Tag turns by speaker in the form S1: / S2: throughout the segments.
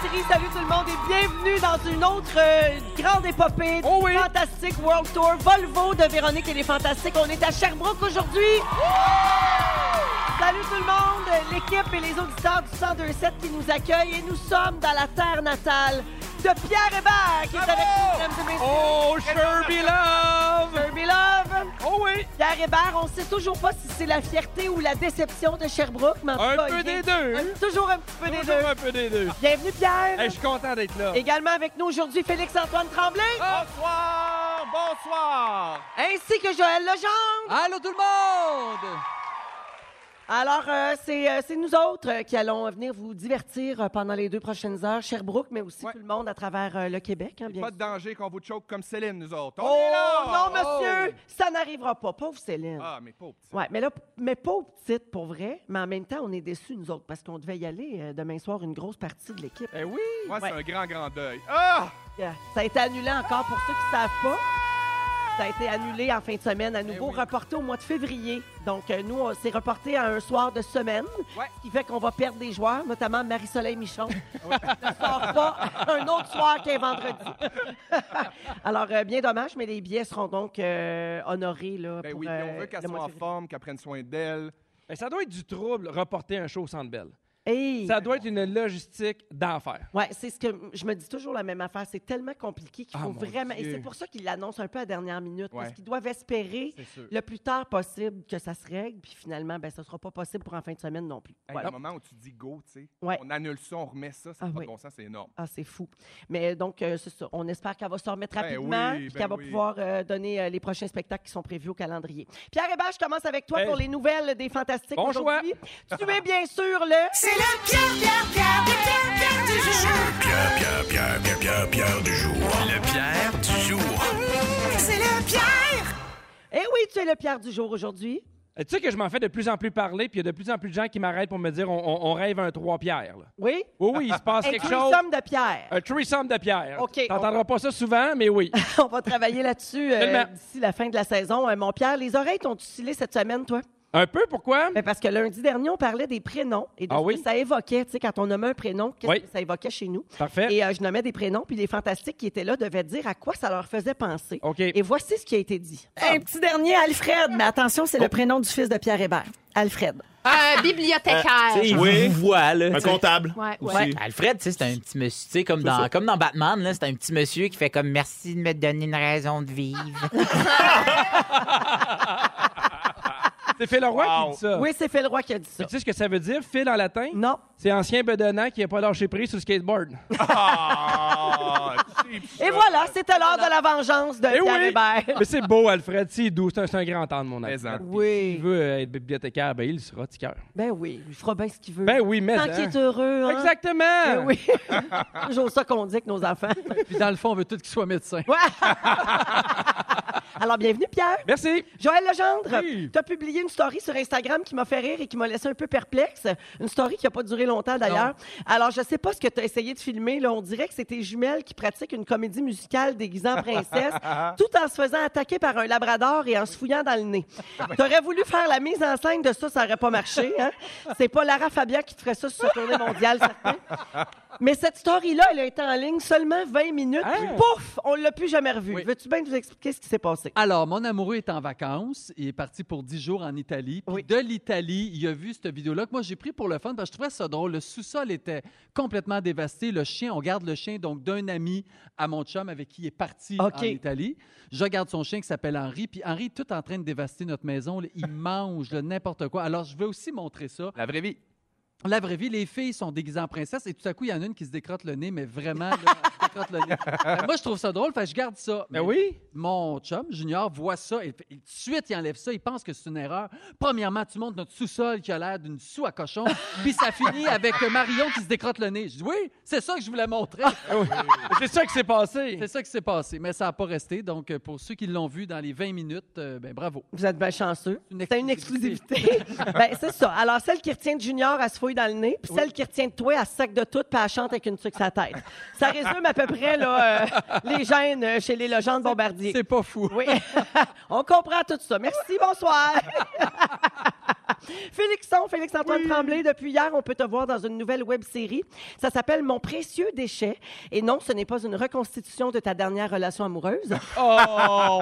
S1: Thierry, salut tout le monde et bienvenue dans une autre euh, grande épopée du
S2: Oh oui.
S1: Fantastic World Tour Volvo de Véronique et les Fantastiques. On est à Sherbrooke aujourd'hui. Salut tout le monde, l'équipe et les auditeurs du 1027 qui nous accueillent et nous sommes dans la terre natale de Pierre Hébert qui est avec nous, mesdames et messieurs.
S2: Oh, Sherby Love!
S1: Kirby Love.
S2: Oh oui!
S1: Pierre Hébert, on sait toujours pas si c'est la fierté ou la déception de Sherbrooke, mais en tout
S2: Un
S1: cas,
S2: peu
S1: il
S2: des
S1: est-
S2: deux.
S1: un- toujours un petit peu des
S2: Toujours
S1: deux.
S2: un peu des deux.
S1: Bienvenue Pierre.
S2: Hey, je suis content d'être là.
S1: Également avec nous aujourd'hui Félix-Antoine Tremblay,
S2: Bonsoir! Bonsoir!
S1: ainsi que Joël Legendre.
S2: Allô tout le monde!
S1: Alors, euh, c'est euh, c'est nous autres euh, qui allons venir vous divertir euh, pendant les deux prochaines heures, Sherbrooke, mais aussi
S2: Ouais.
S1: tout le monde à travers euh, le Québec, hein, bien
S2: Pas
S1: sûr.
S2: de danger qu'on vous choke comme Céline, nous autres. On
S1: Oh
S2: est là! Oh!
S1: non, monsieur, ça n'arrivera pas. Pauvre Céline.
S2: Ah, mais pauvre petit.
S1: Ouais, mais là, mais pas aux petites, pour vrai. Mais en même temps, on est déçus, nous autres, parce qu'on devait y aller euh, demain soir une grosse partie de l'équipe.
S2: Eh oui! Moi, c'est
S1: Ouais.
S2: un grand, grand deuil. Ah!
S1: Yeah. Ça a été annulé encore pour ceux qui ne savent pas. Ça a été annulé en fin de semaine, à nouveau
S2: Eh oui.
S1: reporté au mois de février. Donc, euh, nous, on s'est reporté à un soir de semaine,
S2: Ouais.
S1: ce qui fait qu'on va perdre des joueurs, notamment Marie-Soleil Michon. ne sort pas un autre soir qu'un vendredi. Alors, euh, bien dommage, mais les billets seront donc euh, honorés. Là,
S2: Ben
S1: pour,
S2: oui,
S1: euh,
S2: on veut qu'elle
S1: le
S2: soit
S1: mois de
S2: en
S1: février.
S2: forme, qu'elle prenne soin d'elle.
S3: Ben, ça doit être du trouble, reporter un show au Centre Bell.
S1: Hey!
S3: Ça doit être une logistique d'enfer.
S1: Ouais, c'est ce que je me dis toujours la même affaire. C'est tellement compliqué qu'il
S3: Ah,
S1: faut
S3: mon
S1: vraiment. Et
S3: Dieu.
S1: c'est pour ça qu'ils l'annoncent un peu à dernière minute, parce
S2: Ouais.
S1: qu'ils doivent espérer
S2: C'est sûr.
S1: le plus tard possible que ça se règle, puis finalement, ben, ça sera pas possible pour en fin de semaine non plus.
S2: Hey,
S1: Voilà.
S2: Le moment où tu dis go, tu sais,
S1: Ouais.
S2: on annule ça, on remet ça, ça
S1: Ah
S2: n'a pas
S1: oui.
S2: de bon sens, c'est énorme.
S1: Ah, c'est fou. Mais donc, euh, c'est ça. On espère qu'elle va se remettre
S2: Ben
S1: rapidement,
S2: oui,
S1: puis
S2: ben
S1: qu'elle va
S2: oui.
S1: pouvoir euh, donner euh, les prochains spectacles qui sont prévus au calendrier. Pierre Hébert, je commence avec toi
S3: Hey.
S1: pour les nouvelles des Fantastiques
S3: Bon
S1: aujourd'hui. Tu es bien sûr le...
S4: C'est le Pierre, Pierre, Pierre, le Pierre, Pierre du jour.
S5: Pierre, Pierre, Pierre, Pierre, Pierre, Pierre du jour. Le Pierre du jour.
S4: C'est le Pierre.
S1: Eh oui, tu es le Pierre du jour aujourd'hui.
S3: Euh, Tu sais que je m'en fais de plus en plus parler, puis il y a de plus en plus de gens qui m'arrêtent pour me dire on, on- on rêve un trois pierres. là.
S1: Oui?
S3: Oui, oui, il se passe
S1: Et
S3: quelque
S1: tu
S3: chose.
S1: sommes de Pierre.
S3: Un threesome de pierres.
S1: OK,
S3: T'entendras pas ça souvent, mais oui.
S1: On va travailler là-dessus euh,
S3: Tellement.
S1: d'ici la fin de la saison. Euh, mon Pierre, les oreilles t'ont oscillé cette semaine, toi?
S3: un peu, pourquoi?
S1: Ben, parce que lundi dernier, on parlait des prénoms et de
S3: Ah
S1: ce
S3: oui?
S1: que ça évoquait. Tu sais, quand on nommait un prénom, qu'est-ce
S3: Oui.
S1: que ça évoquait chez nous?
S3: Parfait.
S1: Et euh, je nommais des prénoms, puis les fantastiques qui étaient là devaient dire à quoi ça leur faisait penser.
S3: OK. Ah.
S1: Et voici ce qui a été dit. Un petit dernier, Alfred. Mais attention,
S3: Oh.
S1: c'est le prénom du fils de Pierre Hébert. Alfred.
S6: Un Euh, bibliothécaire.
S7: Euh, Tu sais, il
S8: Oui.
S7: vous voit, là.
S8: Un
S7: tu sais.
S8: comptable.
S6: Ouais,
S8: aussi.
S6: ouais.
S7: Alfred, tu sais, c'est un petit monsieur, tu sais, comme dans, comme dans Batman, là, c'est un petit monsieur qui fait comme merci de me donner une raison de vivre.
S3: C'est Phil Leroy
S2: Wow.
S3: qui dit ça.
S1: Oui, Mm. c'est Phil Roy qui a dit ça.
S3: Puis Tu sais ce que ça veut dire, Phil en latin?
S1: Non.
S3: C'est ancien bedonnant qui n'a pas lâché prise sur le skateboard.
S2: Ah, cheap
S1: Et
S2: shot.
S1: voilà, c'était l'heure de la vengeance de
S3: Eh
S1: Pierre
S3: oui!
S1: Hébert.
S3: mais c'est beau, Alfred. C'est doux. C'est un, c'est un grand temps de mon
S2: Mais
S3: Alfred.
S2: en-
S3: S'il
S1: Oui.
S3: veut euh, être bibliothécaire, ben il le sera, tiqueur.
S1: Ben oui, il fera bien ce qu'il veut.
S3: Ben oui, mais.
S1: Tant qu'il
S3: hein.
S1: est heureux. hein. Eh
S3: Exactement!
S1: oui. Toujours ça qu'on dit avec nos enfants.
S9: Puis dans le fond, on veut tout qu'il soit médecin.
S1: Ouais. Alors, bienvenue, Pierre.
S3: Merci!
S1: Joël Legendre,
S3: Oui.
S1: tu as publié une story sur Instagram qui m'a fait rire et qui m'a laissé un peu perplexe. Une story qui n'a pas duré longtemps, d'ailleurs. Alors, je sais pas ce que tu as essayé de filmer. Là. On dirait que c'est tes jumelles qui pratiquent une comédie musicale déguisée en princesse, tout en se faisant attaquer par un labrador et en se fouillant dans le nez. Tu aurais voulu faire la mise en scène de ça, ça n'aurait pas marché. Hein? C'est pas Lara Fabian qui te ferait ça sur sa tournée mondiale, certain. Mais cette story-là, elle a été en ligne seulement 20 minutes.
S3: Ah.
S1: Pouf! On l'a plus jamais revue.
S9: Oui.
S1: Veux-tu bien nous expliquer ce qui s'est passé?
S9: Alors, mon amoureux est en vacances. Il est parti pour 10 jours en Italie. Puis
S1: Oui.
S9: de l'Italie, il a vu cette vidéo-là que moi, j'ai pris pour le fun parce que je trouvais ça drôle. Le sous-sol était complètement dévasté. Le chien, on garde le chien donc d'un ami à mon chum avec qui il est parti
S1: OK.
S9: en Italie. Je garde son chien qui s'appelle Henri. Puis Henri est tout en train de dévaster notre maison. là. Il mange là, n'importe quoi. Alors, je veux aussi montrer ça.
S2: La vraie vie.
S9: La vraie vie, les filles sont déguisées en princesse et tout à coup, il y en a une qui se décrotte le nez, mais vraiment, là, elle se décrotte le nez. Ben, moi, je trouve ça drôle, fait que je garde ça. Mais
S3: Ben oui!
S9: Mon chum, Junior, voit ça et, et tout de suite, il enlève ça. Il pense que c'est une erreur. Premièrement, tu montes notre sous-sol qui a l'air d'une sou à cochon, puis ça finit avec euh, Marion qui se décrotte le nez. Je dis oui, c'est ça que je voulais montrer.
S8: Ah.
S3: Ben C'est ça qui s'est passé!
S9: Ben c'est ça qui s'est passé, mais ça n'a pas resté. Donc, euh, pour ceux qui l'ont vu dans les 20 minutes, euh, ben bravo.
S1: Vous êtes bien chanceux.
S9: Une
S1: C'est une exclusivité. ben, c'est ça. Alors, celle qui retient de Junior, elle se fouille dans le nez, puis celle qui retient de toi, elle se sac de tout, puis elle chante avec une tuque sa tête. Ça résume à peu près là, euh, les gènes euh, chez les légendes bombardiers.
S9: C'est pas fou.
S1: Oui, on comprend tout ça. Merci, bonsoir. Félixon, Félix-Antoine Tremblay, depuis hier, on peut te voir dans une nouvelle web-série. Ça s'appelle Mon précieux déchet. Et non, ce n'est pas une reconstitution de ta dernière relation amoureuse.
S2: Oh!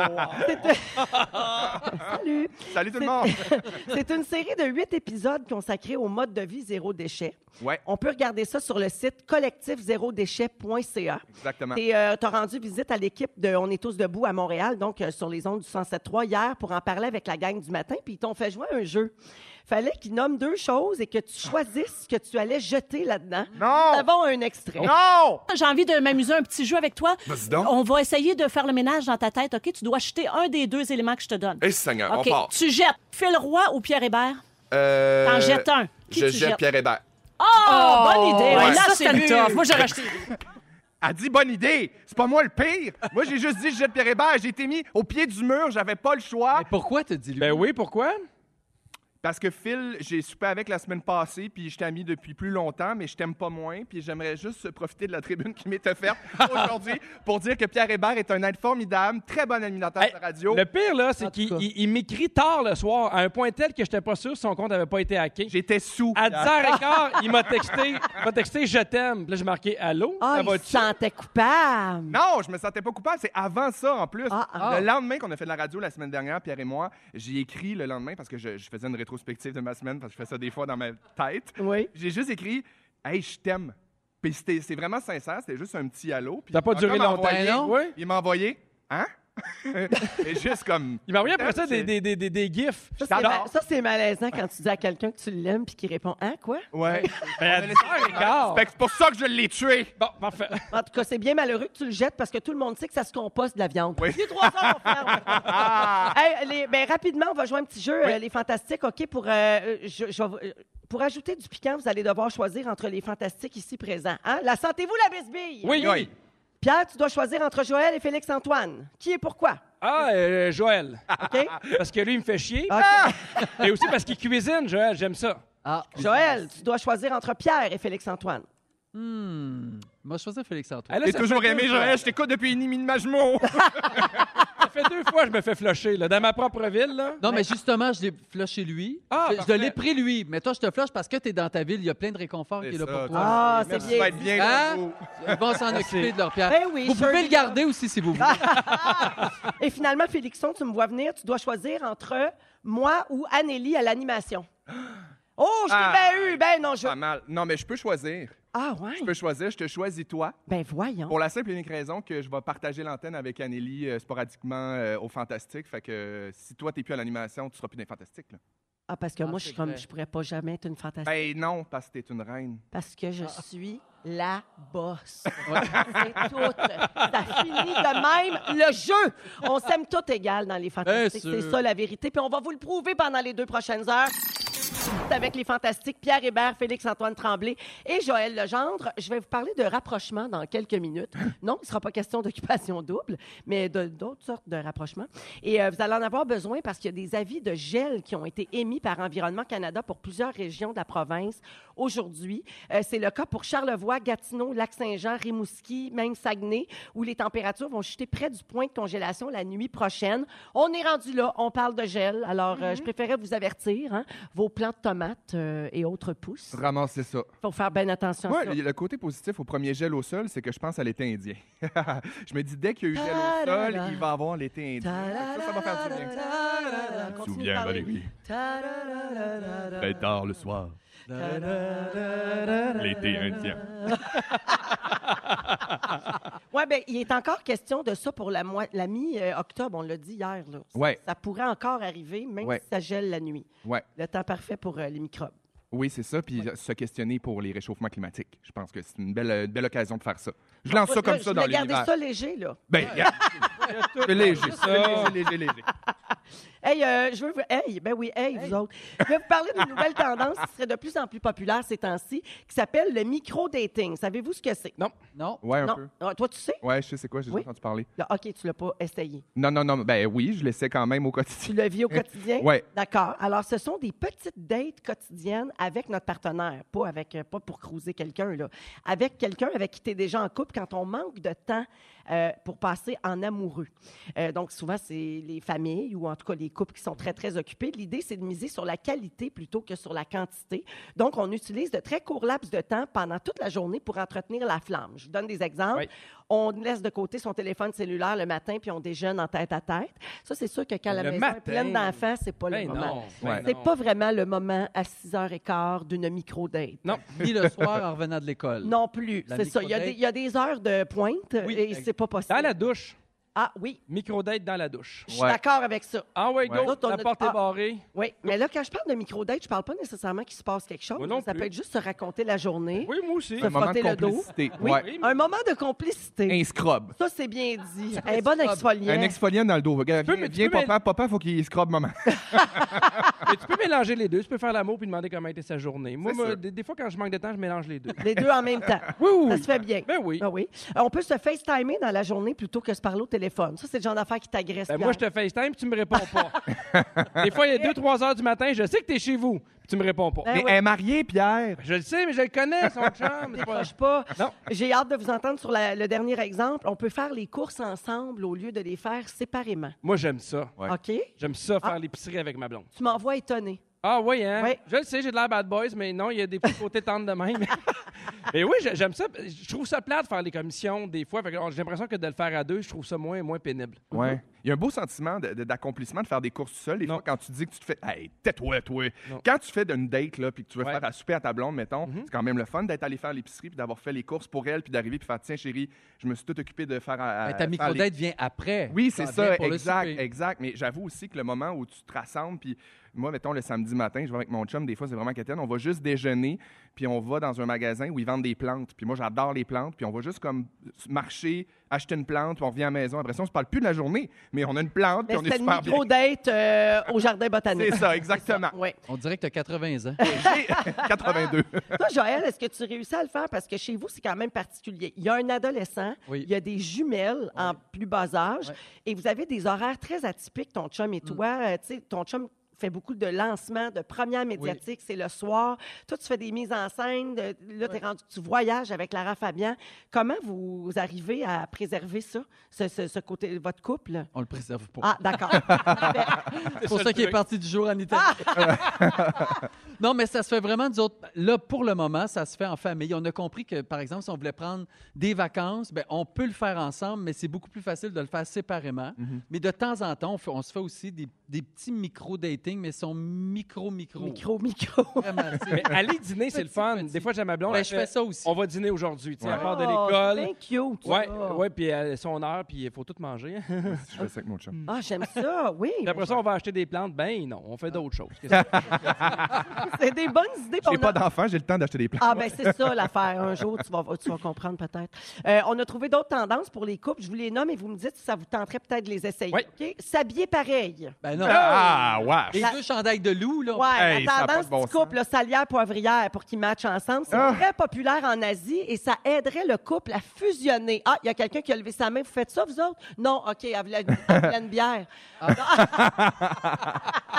S1: Salut!
S2: Salut tout le monde!
S1: C'est une série de huit épisodes consacrés au mode de vie zéro déchet.
S2: Ouais,
S1: On peut regarder ça sur le site collectifzérodéchet.ca.
S2: exactement.
S1: Tu as euh, rendu visite à l'équipe de On est tous debout à Montréal, donc euh, sur les ondes du 107.3 hier, pour en parler avec la gang du matin, puis ils t'ont fait jouer à un jeu. Fallait qu'ils nomment deux choses et que tu choisisses ce que tu allais jeter là-dedans. Nous
S2: Non!
S1: avons un extrait.
S2: Non!
S8: J'ai envie de m'amuser un petit jeu avec toi.
S5: Vas-y donc.
S8: On va essayer de faire le ménage dans ta tête, OK? Tu dois acheter un des deux éléments que je te donne.
S5: Eh, Seigneur,
S8: OK,
S5: on part.
S8: tu jettes Phil Roy ou Pierre Hébert?
S5: Euh,
S8: T'en jettes un. Qui
S5: Je
S8: tu
S5: jette
S8: jettes?
S5: Pierre Hébert.
S8: Oh, bonne idée!
S5: Ouais,
S8: Là,
S5: ça,
S8: c'est le tough. Moi, j'aurais acheté...
S2: Elle dit bonne idée! C'est pas moi le pire! Moi, j'ai juste dit je jette Pierre Hébert. J'ai été mis au pied du mur, j'avais pas le choix.
S9: Mais pourquoi te dis lui?
S3: Ben oui, pourquoi?
S2: Parce que Phil, j'ai soupé avec la semaine passée, puis je t'ai ami depuis plus longtemps, mais je t'aime pas moins, puis j'aimerais juste profiter de la tribune qui m'est offerte aujourd'hui pour dire que Pierre Hébert est un être formidable, très bon animateur
S3: Hey,
S2: de radio.
S3: Le pire, là, c'est
S9: En tout
S3: qu'il
S9: cas.
S3: il- il m'écrit tard le soir, à un point tel que j'étais pas sûr si son compte avait pas été hacké.
S2: J'étais sous.
S3: À 10h15, il m'a texté, il m'a texté je t'aime. Puis Là, j'ai marqué allô,
S1: Ah,
S3: ça
S1: il
S3: va
S1: se sentait coupable.
S2: Non, je me sentais pas coupable. C'est avant ça, en plus.
S1: Ah,
S9: ah.
S2: Le lendemain qu'on a fait de la radio la semaine dernière, Pierre et moi, j'ai écrit le lendemain parce que je, je faisais une rétrospective de ma semaine, parce que je fais ça des fois dans ma tête.
S1: Oui.
S2: J'ai juste écrit Hey, je t'aime. Puis c'était c'est vraiment sincère, c'était juste un petit allô. Puis
S3: Ça a pas
S2: il m'a
S3: duré
S2: comme
S3: longtemps,
S2: envoyé-
S9: non?
S3: Oui.
S2: Il m'a envoyé Hein Et juste comme.
S3: Il m'a envoyé après ça
S2: Putain,
S3: des, des, des, des, des gifs.
S1: Ça, c'est
S2: t'adore.
S1: ma- ça, c'est malaisant quand tu dis à quelqu'un que tu l'aimes puis qu'il répond Hein, quoi?
S2: Ouais.
S3: Ben, à 10h15.
S2: fait que c'est pour ça que je l'ai tué.
S3: Bon, parfait.
S1: En tout cas, c'est bien malheureux que tu le jettes parce que tout le monde sait que ça se composte de la viande.
S2: Oui.
S1: Il est trois heures, on ferme. Hey, les- ben, rapidement, on va jouer un petit jeu, euh, les fantastiques, OK? Pour, euh, je- je vais- euh, pour ajouter du piquant, vous allez devoir choisir entre les fantastiques ici présents. Hein? La sentez-vous, la bisbille?
S3: Oui.
S2: Oui.
S1: Pierre, tu dois choisir entre Joël et Félix-Antoine. Qui et pourquoi?
S3: Ah, euh, Joël.
S1: OK?
S2: Ah,
S3: Parce que lui, il me fait chier.
S1: OK.
S3: Et aussi parce qu'il cuisine, Joël, j'aime ça.
S9: Ah,
S1: Joël, tu dois choisir entre Pierre et Félix-Antoine.
S9: hmm. Moi, je choisis Félix-Antoine.
S3: Elle
S2: J'ai toujours aimé, Joël. Je t'écoute depuis une Majmo.
S3: Ça fait deux fois que je me fais flusher, là, dans ma propre ville, là.
S9: Non, mais justement, je l'ai flushé lui.
S3: Ah,
S9: je, je
S3: parfait.
S9: l'ai pris lui. Mais toi, je te flush parce que t'es dans ta ville. Il y a plein de réconfort qui est là pour toi.
S1: Ah, c'est
S2: Merci,
S1: bien.
S2: ça va être bien.
S9: Hein?
S2: Joe.
S9: Ils vont s'en occuper de leur pierre.
S1: Ben oui,
S9: vous pouvez
S1: Shirley.
S9: le garder aussi si vous voulez.
S1: Et finalement, Félixon, tu me vois venir, tu dois choisir entre moi ou Anélie à l'animation. Oh, je t'ai
S2: Ah.
S1: bien eu! Ben non, je...
S2: Pas mal. Non, mais je peux choisir.
S1: Ah ouais?
S2: Je peux choisir. Je te choisis toi.
S1: Ben voyons.
S2: Pour la simple et unique raison que je vais partager l'antenne avec Anélie euh, sporadiquement euh, au Fantastique. Fait que euh, si toi, t'es plus à l'animation, tu seras plus dans les Fantastiques. là.
S1: Ah, parce que
S9: Ah,
S1: moi, je suis
S9: c'est
S1: comme,
S9: vrai.
S1: je pourrais pas jamais être une fantastique.
S2: Ben non, parce que t'es une reine.
S1: Parce que je
S9: Ah.
S1: suis la bosse. C'est tout. Ça finit de même le jeu. On s'aime toutes égales dans les fantastiques.
S9: Bien
S1: C'est
S9: sûr.
S1: ça la vérité. Puis on va vous le prouver pendant les deux prochaines heures. Avec les fantastiques Pierre Hébert, Félix-Antoine Tremblay et Joël Legendre, je vais vous parler de rapprochement dans quelques minutes. Non, il ne sera pas question d'occupation double, mais de- d'autres sortes de rapprochements. Et euh, vous allez en avoir besoin parce qu'il y a des avis de gel qui ont été émis par Environnement Canada pour plusieurs régions de la province aujourd'hui. Euh, C'est le cas pour Charlevoix, Gatineau, Lac-Saint-Jean, Rimouski, même Saguenay, où les températures vont chuter près du point de congélation la nuit prochaine. On est rendu là, on parle de gel. Alors, euh, je préférais vous avertir, hein, vos plants de tomates euh, et autres pousses.
S2: Ramasser ça.
S1: faut faire bien attention
S2: Moi,
S1: à ça.
S2: le côté positif au premier gel au sol, c'est que je pense à l'été indien. je me dis, dès qu'il y a eu gel au sol,
S1: Ta-da-da.
S2: il va avoir l'été indien. Fait que Ça, ça va faire du bien.
S1: Ta-da-da-da-da-da. Continue de parler. Ta-da-da-da-da-da.
S2: tard le soir. L'été indien.
S1: Oui, bien, il est encore question de ça pour la, moi- la mi-octobre, on l'a dit hier. Là. Ça-
S2: Ouais.
S1: Ça pourrait encore arriver, même
S2: Ouais.
S1: si ça gèle la nuit.
S2: Ouais.
S1: Le temps parfait pour euh, les microbes.
S2: Oui, c'est ça. Puis se questionner pour les réchauffements climatiques. Je pense que c'est une belle, euh, belle occasion de faire ça. Je lance ça
S1: Moi,
S2: comme
S1: je
S2: ça dans
S1: voulais garder
S2: l'univers.
S1: ça léger, là.
S2: Ben, regarde, c'est léger, c'est
S3: Ça.
S2: léger, léger, léger.
S1: Hey, euh, je veux vous... Hey, ben oui, hey, vous autres. Je vais vous parler d'une nouvelle tendance qui serait de plus en plus populaire ces temps-ci, qui s'appelle le micro-dating. Savez-vous ce que c'est?
S9: Non.
S2: Ouais, un
S1: non.
S2: peu.
S1: Ah, toi, tu sais?
S2: Ouais, je sais c'est quoi, j'ai
S1: Oui.
S2: déjà entendu parler.
S1: Là, OK, tu l'as pas essayé.
S2: Non, non, non, ben oui, je laissais quand même au
S1: Tu
S2: quotidien.
S1: le vis au quotidien?
S2: Ouais.
S1: D'accord. Alors, ce sont des petites dates quotidiennes avec notre partenaire, pas, avec, euh, pas pour cruiser quelqu'un, là. Avec quelqu'un avec qui tu es déjà en couple, quand on manque de temps euh, pour passer en amoureux. Euh, donc, souvent, c'est les familles ou en tout cas les couples qui sont très, très occupés. L'idée, c'est de miser sur la qualité plutôt que sur la quantité. Donc, on utilise de très courts laps de temps pendant toute la journée pour entretenir la flamme. Je vous donne des exemples.
S3: Oui.
S1: On laisse de côté son téléphone cellulaire le matin, puis on déjeune en tête à tête. Ça, c'est sûr que quand la
S3: Le
S1: maison
S3: matin.
S1: est pleine d'enfants, c'est pas
S3: Ben
S1: le moment.
S3: non. ben
S1: C'est
S3: non.
S1: pas vraiment le moment à 6h15 d'une micro-date.
S3: Non.
S9: Ni le soir en revenant de l'école.
S1: Non plus.
S9: La
S1: C'est ça. Il y, a des,
S9: micro-date.
S1: il y a des heures de pointe
S9: Oui,
S1: et c'est pas possible.
S3: Dans la douche.
S1: Ah oui,
S3: Micro-date dans la douche.
S1: je suis
S2: Ouais.
S1: d'accord avec ça.
S3: Ah ouais, go.
S1: Nous autres, on
S3: La
S1: a-
S3: porte est
S1: ah.
S3: barrée.
S1: Oui, mais là, quand je parle de micro-date, je parle pas nécessairement qu'il se passe quelque chose.
S3: Moi non
S1: ça
S3: plus.
S1: peut être juste se raconter la journée.
S3: Oui, moi aussi.
S1: Se
S2: Un moment de
S1: frotter le dos.
S2: complicité.
S1: Oui,
S2: Ouais.
S1: un moment de complicité.
S2: Un scrub.
S1: Ça, c'est bien dit. Un bon exfoliant.
S2: Un exfoliant dans le dos. Regarde,
S3: Tu peux,
S2: viens,
S3: mais tu
S2: viens,
S3: peux, mais-
S2: papa. Papa, faut qu'il scrub maman.
S3: Mais tu peux mélanger les deux. Tu peux faire l'amour puis demander comment était sa journée. Moi,
S2: C'est
S3: moi,
S2: sûr.
S3: des, des fois, quand je manque de temps, je mélange les deux.
S1: Les deux en même temps.
S3: Oui, oui,
S1: Ça
S3: oui.
S1: se fait bien.
S3: Ben oui.
S1: Ah oui. Euh, On peut se FaceTimer dans la journée plutôt que se parler au téléphone. Ça, c'est le genre d'affaire qui t'agresse.
S3: Ben,
S1: Pierre.
S3: moi, je te FaceTime puis tu me réponds pas. des fois, il est 2-3 heures du matin, je sais que t'es chez vous puis tu me réponds pas.
S1: Ben
S2: Mais
S1: oui.
S2: elle est mariée, Pierre.
S3: Je le sais, mais je le connais, son chum. C'est pas-
S1: décroche pas.
S3: Non.
S1: J'ai hâte de vous entendre sur la- le dernier exemple. On peut faire les courses ensemble au lieu de les faire séparément.
S3: Moi, j'aime ça.
S2: Ouais.
S1: OK?
S3: J'aime ça,
S1: Ah.
S3: faire l'épicerie avec ma blonde.
S1: Tu m'envoies étonné.
S3: Ah oui, hein?
S1: Ouais.
S3: Je le sais, j'ai de l'air bad boys, mais non, il y a des petits côtés tendres de même. mais oui, j'ai- j'aime ça. Je trouve ça plate de faire les commissions des fois. Fait que oh, J'ai l'impression que de le faire à deux, je trouve ça moins, moins pénible.
S2: Ouais. Il y a un beau sentiment de- de- d'accomplissement de, faire des courses seul. Des
S3: Non.
S2: fois, quand tu dis que tu te fais, hey, tais-toi, toi.
S3: Non.
S2: Quand tu fais d'une date, là, puis que tu veux
S3: Ouais. Mm-hmm.
S2: faire à souper à ta blonde, mettons, c'est quand même le fun d'être allé faire l'épicerie, puis d'avoir fait les courses pour elle, puis d'arriver, puis faire, tiens, chérie, je me suis tout occupé de faire. à- à- Euh,
S9: Ben,
S2: faire
S9: ta
S2: les-
S9: micro-date vient après.
S2: Oui, c'est
S9: vient
S2: ça,
S9: pour le
S2: exact,
S9: souper.
S2: exact. Mais j'avoue aussi que le moment où tu te rassembles, puis moi, mettons, le samedi matin, je vais avec mon chum, des fois, c'est vraiment quétaine, on va juste déjeuner, puis on va dans un magasin où ils vendent des plantes. Puis moi, j'adore les plantes, puis on va juste comme marcher, acheter une plante, puis on revient à la maison. Après ça, on se parle plus de la journée, mais on a une plante,
S1: Mais
S2: puis on est
S1: C'était une
S2: super bien.
S1: micro-date euh, au jardin botanique.
S2: C'est ça, exactement.
S1: Oui.
S9: On dirait que tu as 80 ans.
S2: J'ai 82.
S1: Toi, Joël, est-ce que tu réussis à le faire? Parce que chez vous, c'est quand même particulier. Il y a un adolescent,
S9: Oui.
S1: il y a des jumelles en plus bas âge,
S9: Ouais.
S1: et vous avez des horaires très atypiques, ton chum
S3: Mm.
S1: et toi. Euh, tu sais, ton chum fait beaucoup de lancements, de premières médiatiques, c'est le soir. Toi, tu fais des mises en scène. de- là, t'es rendu, tu voyages avec Lara Fabian. Comment vous arrivez à préserver ça, ce, ce- ce côté, votre couple?
S9: On le préserve
S3: Oh.
S1: Ah,
S9: pas.
S1: d'accord.
S9: C'est pour ça qu'il est parti du jour en Italie.
S2: Ah!
S9: non, mais ça se fait vraiment, nous autres, là, pour le moment, ça se fait en famille. On a compris que, par exemple, si on voulait prendre des vacances, ben, on peut le faire ensemble, mais c'est beaucoup plus facile de le faire séparément.
S2: Mm-hmm.
S9: Mais de temps en temps, on, fait- on se fait aussi des, des petits micro-dating, mais ils sont
S3: Oh.
S9: micro-micro.
S1: micro, micro.
S9: Vraiment, tu sais.
S3: Mais aller dîner, c'est le fun. Des fois, j'aime ma blonde.
S9: Ben,
S3: elle
S9: je
S3: fait,
S9: fais ça aussi.
S3: On va dîner aujourd'hui, tu sais, à
S2: Ouais.
S3: part de
S1: Oh,
S3: l'école.
S1: c'est bien cute, ça.
S3: Ouais, ouais, puis euh, son heure, puis il faut tout manger.
S2: Je fais ça avec mon chum.
S1: Ah, j'aime ça, oui.
S3: Puis après ça, on va acheter des plantes. Ben non, on fait d'autres choses.
S1: C'est des bonnes idées.
S2: J'ai
S1: pour
S2: pas d'enfant, j'ai le temps d'acheter des plantes.
S1: Ah, ben c'est ça l'affaire. Un jour, tu vas, tu vas comprendre peut-être. Euh, on a trouvé d'autres tendances pour les couples. Je vous les nomme et vous me dites si ça vous tenterait peut-être de les essayer.
S3: Oui.
S1: OK? S'habiller pareil.
S9: Ben non.
S2: Ah, ouais.
S9: Les
S1: La-
S9: deux chandails de loup, là. on-
S1: Ouais,
S2: Hey, ça a
S1: la
S2: pas
S1: tendance
S2: de bon
S1: du couple, là, salière, poivrière, pour qu'ils matchent ensemble, c'est
S2: Ah.
S1: très populaire en Asie et ça aiderait le couple à fusionner. Ah, il y a quelqu'un qui a levé sa main. Vous faites ça, vous autres? Non, OK, elle voulait, elle voulait une bière.
S2: Ah.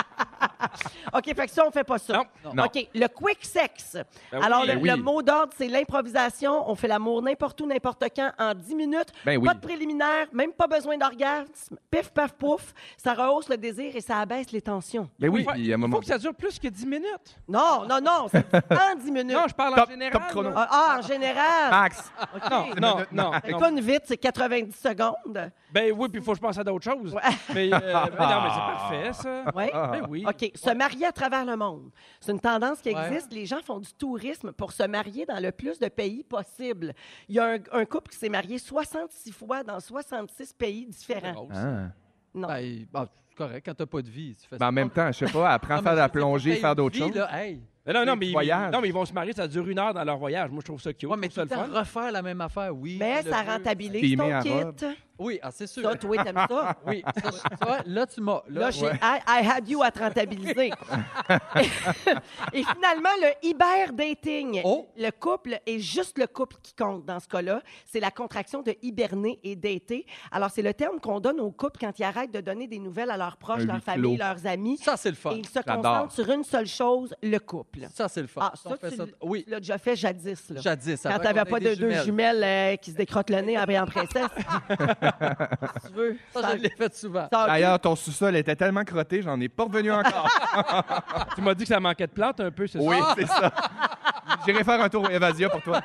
S1: OK, fait que ça, on fait pas ça.
S3: Non,
S2: non.
S1: OK, le quick sex.
S3: Ben oui,
S1: Alors,
S2: ben
S1: le,
S2: oui.
S1: le mot d'ordre, c'est l'improvisation. On fait l'amour n'importe où, n'importe quand, en 10 minutes.
S2: Ben oui.
S1: Pas de préliminaire, même pas besoin d'orgasme. Pif, paf, pouf. Ça rehausse le désir et ça abaisse les tensions.
S2: Mais oui,
S3: il
S2: puis à un
S3: faut,
S2: moment.
S3: que ça dure plus que 10 minutes.
S1: Non, non, non, c'est en 10 minutes.
S3: Non, je parle en
S2: Top-
S3: général.
S2: top chrono.
S3: là.
S1: Ah, ah, en général.
S2: Max!
S3: Ah.
S1: OK.
S3: Non, non, non.
S1: Fait que
S3: non.
S1: pas une vite, c'est 90 secondes.
S3: Ben oui, puis il faut que je pense à d'autres choses. Mais, euh, ben non, mais c'est
S9: Ah.
S3: parfait, ça.
S1: Ouais.
S3: Ben oui.
S1: OK. Se marier à travers le monde. C'est une tendance qui
S9: Ouais.
S1: existe. Les gens font du tourisme pour se marier dans le plus de pays possible. Il y a un, un couple qui s'est marié 66 fois dans 66 pays
S9: C'est
S1: différents.
S9: drôle, ça.
S2: Ah.
S1: Non.
S9: Ben, ah, c'est correct, quand t'as pas de vie, tu fais
S2: Ben,
S9: ça.
S2: en même temps, je sais pas, apprends
S3: Ah,
S2: à faire de la plongée, faire d'autres choses.
S3: Ben non, non,
S2: C'est
S3: mais ils,
S2: voyage.
S3: non, mais ils vont se marier, ça dure une heure dans leur voyage. Moi, je trouve ça cute.
S9: Ouais, mais
S3: je
S9: tout le
S3: trouve ça
S9: temps
S3: le fun.
S9: refaire la même affaire, oui.
S1: Mais
S9: le
S1: ça
S9: veut.
S1: rentabilise
S2: Filmé
S1: ton
S2: à
S1: kit.
S2: robe.
S9: Oui, ah, c'est sûr.
S1: Ça, toi, t'aimes ça.
S9: Oui, ça, ça, là, tu m'as. Là,
S1: Là, j'ai I, I had you à te rentabiliser. Et finalement, le hyberdating.
S9: Oh.
S1: Le couple est juste le couple qui compte dans ce cas-là. C'est la contraction de hiberner et dater. Alors, c'est le terme qu'on donne aux couples quand ils arrêtent de donner des nouvelles à leurs proches,
S2: Un
S1: leurs
S2: huis
S1: familles,
S2: clos.
S1: leurs amis.
S9: Ça, c'est le fun.
S1: Et ils se
S2: J'adore.
S1: concentrent sur une seule chose, le couple. couple.
S9: Ça, c'est le fun.
S1: Ah,
S9: On
S1: ça,
S9: fait
S1: tu
S9: ça-
S1: l-
S9: Oui,
S1: tu l'as déjà fait jadis. Là.
S9: jadis.
S1: Quand
S9: avant
S1: t'avais
S9: qu'on
S1: pas
S9: ait
S1: de
S9: des
S1: deux jumelles euh, qui se décrottent le nez en brillant princesse. Si tu veux.
S9: Ça, je l'ai fait souvent.
S1: Ça-
S2: D'ailleurs, ton sous-sol était tellement crotté, j'en ai pas revenu encore.
S3: Tu m'as dit que ça manquait de plantes un peu, c'est
S2: oui,
S3: ça?
S2: c'est ça. J'irai faire un tour au Evasia pour toi.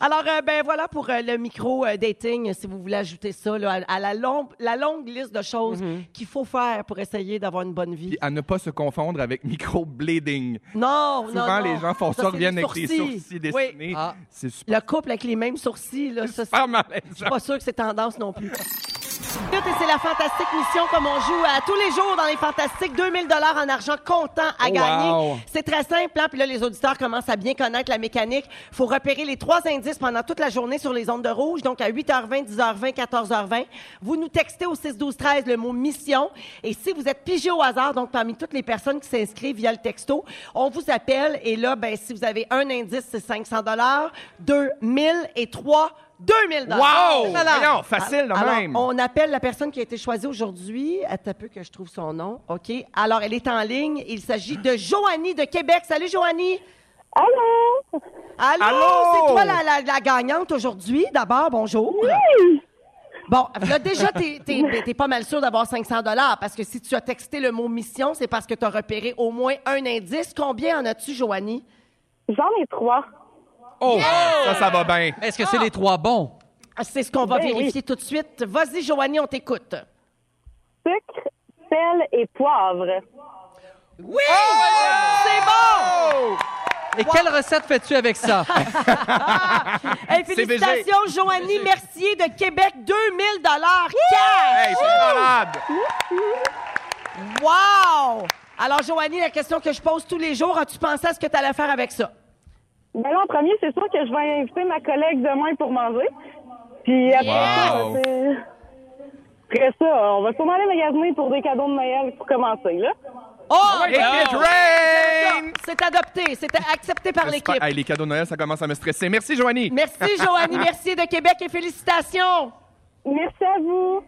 S1: Alors, euh, ben voilà pour euh, le micro-dating, si vous voulez ajouter ça là, à, à la, longue, la longue liste de choses
S2: Mhm.
S1: qu'il faut faire pour essayer d'avoir une bonne vie.
S2: Puis à ne pas se confondre avec microblading.
S1: Non, non,
S2: Souvent,
S1: non.
S2: les gens font ça,
S1: c'est
S2: reviennent
S1: les
S2: avec des sourcils
S1: Oui.
S2: dessinés.
S9: Ah.
S2: C'est super,
S1: Le couple avec les mêmes sourcils, là, ça, c'est
S2: super malaisant.
S1: pas sûr que c'est tendance non plus. Tout, Et c'est la fantastique mission comme on joue à tous les jours dans les fantastiques. 2000 dollars en argent comptant à
S3: Oh,
S1: gagner.
S3: wow.
S1: C'est très simple. hein? Puis là, les auditeurs commencent à bien connaître la mécanique. faut repérer les trois indices pendant toute la journée sur les ondes de rouge. Donc, à 8h20, 10h20, 14h20. Vous nous textez au 6-12-13 le mot mission. Et si vous êtes pigé au hasard, donc parmi toutes les personnes qui s'inscrivent via le texto, on vous appelle. Et là, ben, si vous avez un indice, c'est 500 dollars, 2000 et 3 2000
S2: Wow!
S1: Voilà.
S2: Voyons, facile de
S1: Alors,
S2: même.
S1: on appelle la personne qui a été choisie aujourd'hui. Attends un peu que je trouve son nom. OK. Alors, elle est en ligne. Il s'agit de Joanie de Québec. Salut, Joanie. Allô? Allô?
S2: Allô?
S1: C'est toi la, la- la gagnante aujourd'hui. D'abord, bonjour. Bon, là, déjà, t'es t'es- t'es pas mal sûr d'avoir 500 parce que si tu as texté le mot mission, c'est parce que tu as repéré au moins un indice. Combien en as-tu, Joanie?
S10: J'en ai trois.
S2: Oh, ça, ça va bien.
S9: Est-ce que c'est
S1: Ah!
S9: les trois bons?
S1: C'est ce qu'on va
S10: Ben oui.
S1: vérifier tout de suite. Vas-y, Joanie, on t'écoute.
S10: Sucre, sel et poivre.
S1: Oui! Oh, C'est bon!
S9: Et quelle recette fais-tu avec ça?
S1: Hey, félicitations, Joanie Mercier de Québec, 2000 dollars cash.
S2: Hey, c'est malade.
S1: Wow! Alors, Joanie, la question que je pose tous les jours, as-tu pensé à ce que tu allais faire avec ça?
S10: Ben là, en premier, c'est sûr que je vais inviter ma collègue demain pour manger. Puis après ça,
S2: Wow.
S10: c'est... Après ça, on va sûrement aller magasiner pour des cadeaux de Noël pour commencer, là.
S1: Oh!
S2: Make it rain!
S1: C'est adopté, c'est accepté par
S2: J'espère-
S1: l'équipe.
S2: Hey, les cadeaux de Noël, ça commence à me stresser. Merci, Joanie.
S1: Merci, Joanie Mercier de Québec et félicitations!
S10: Merci à vous.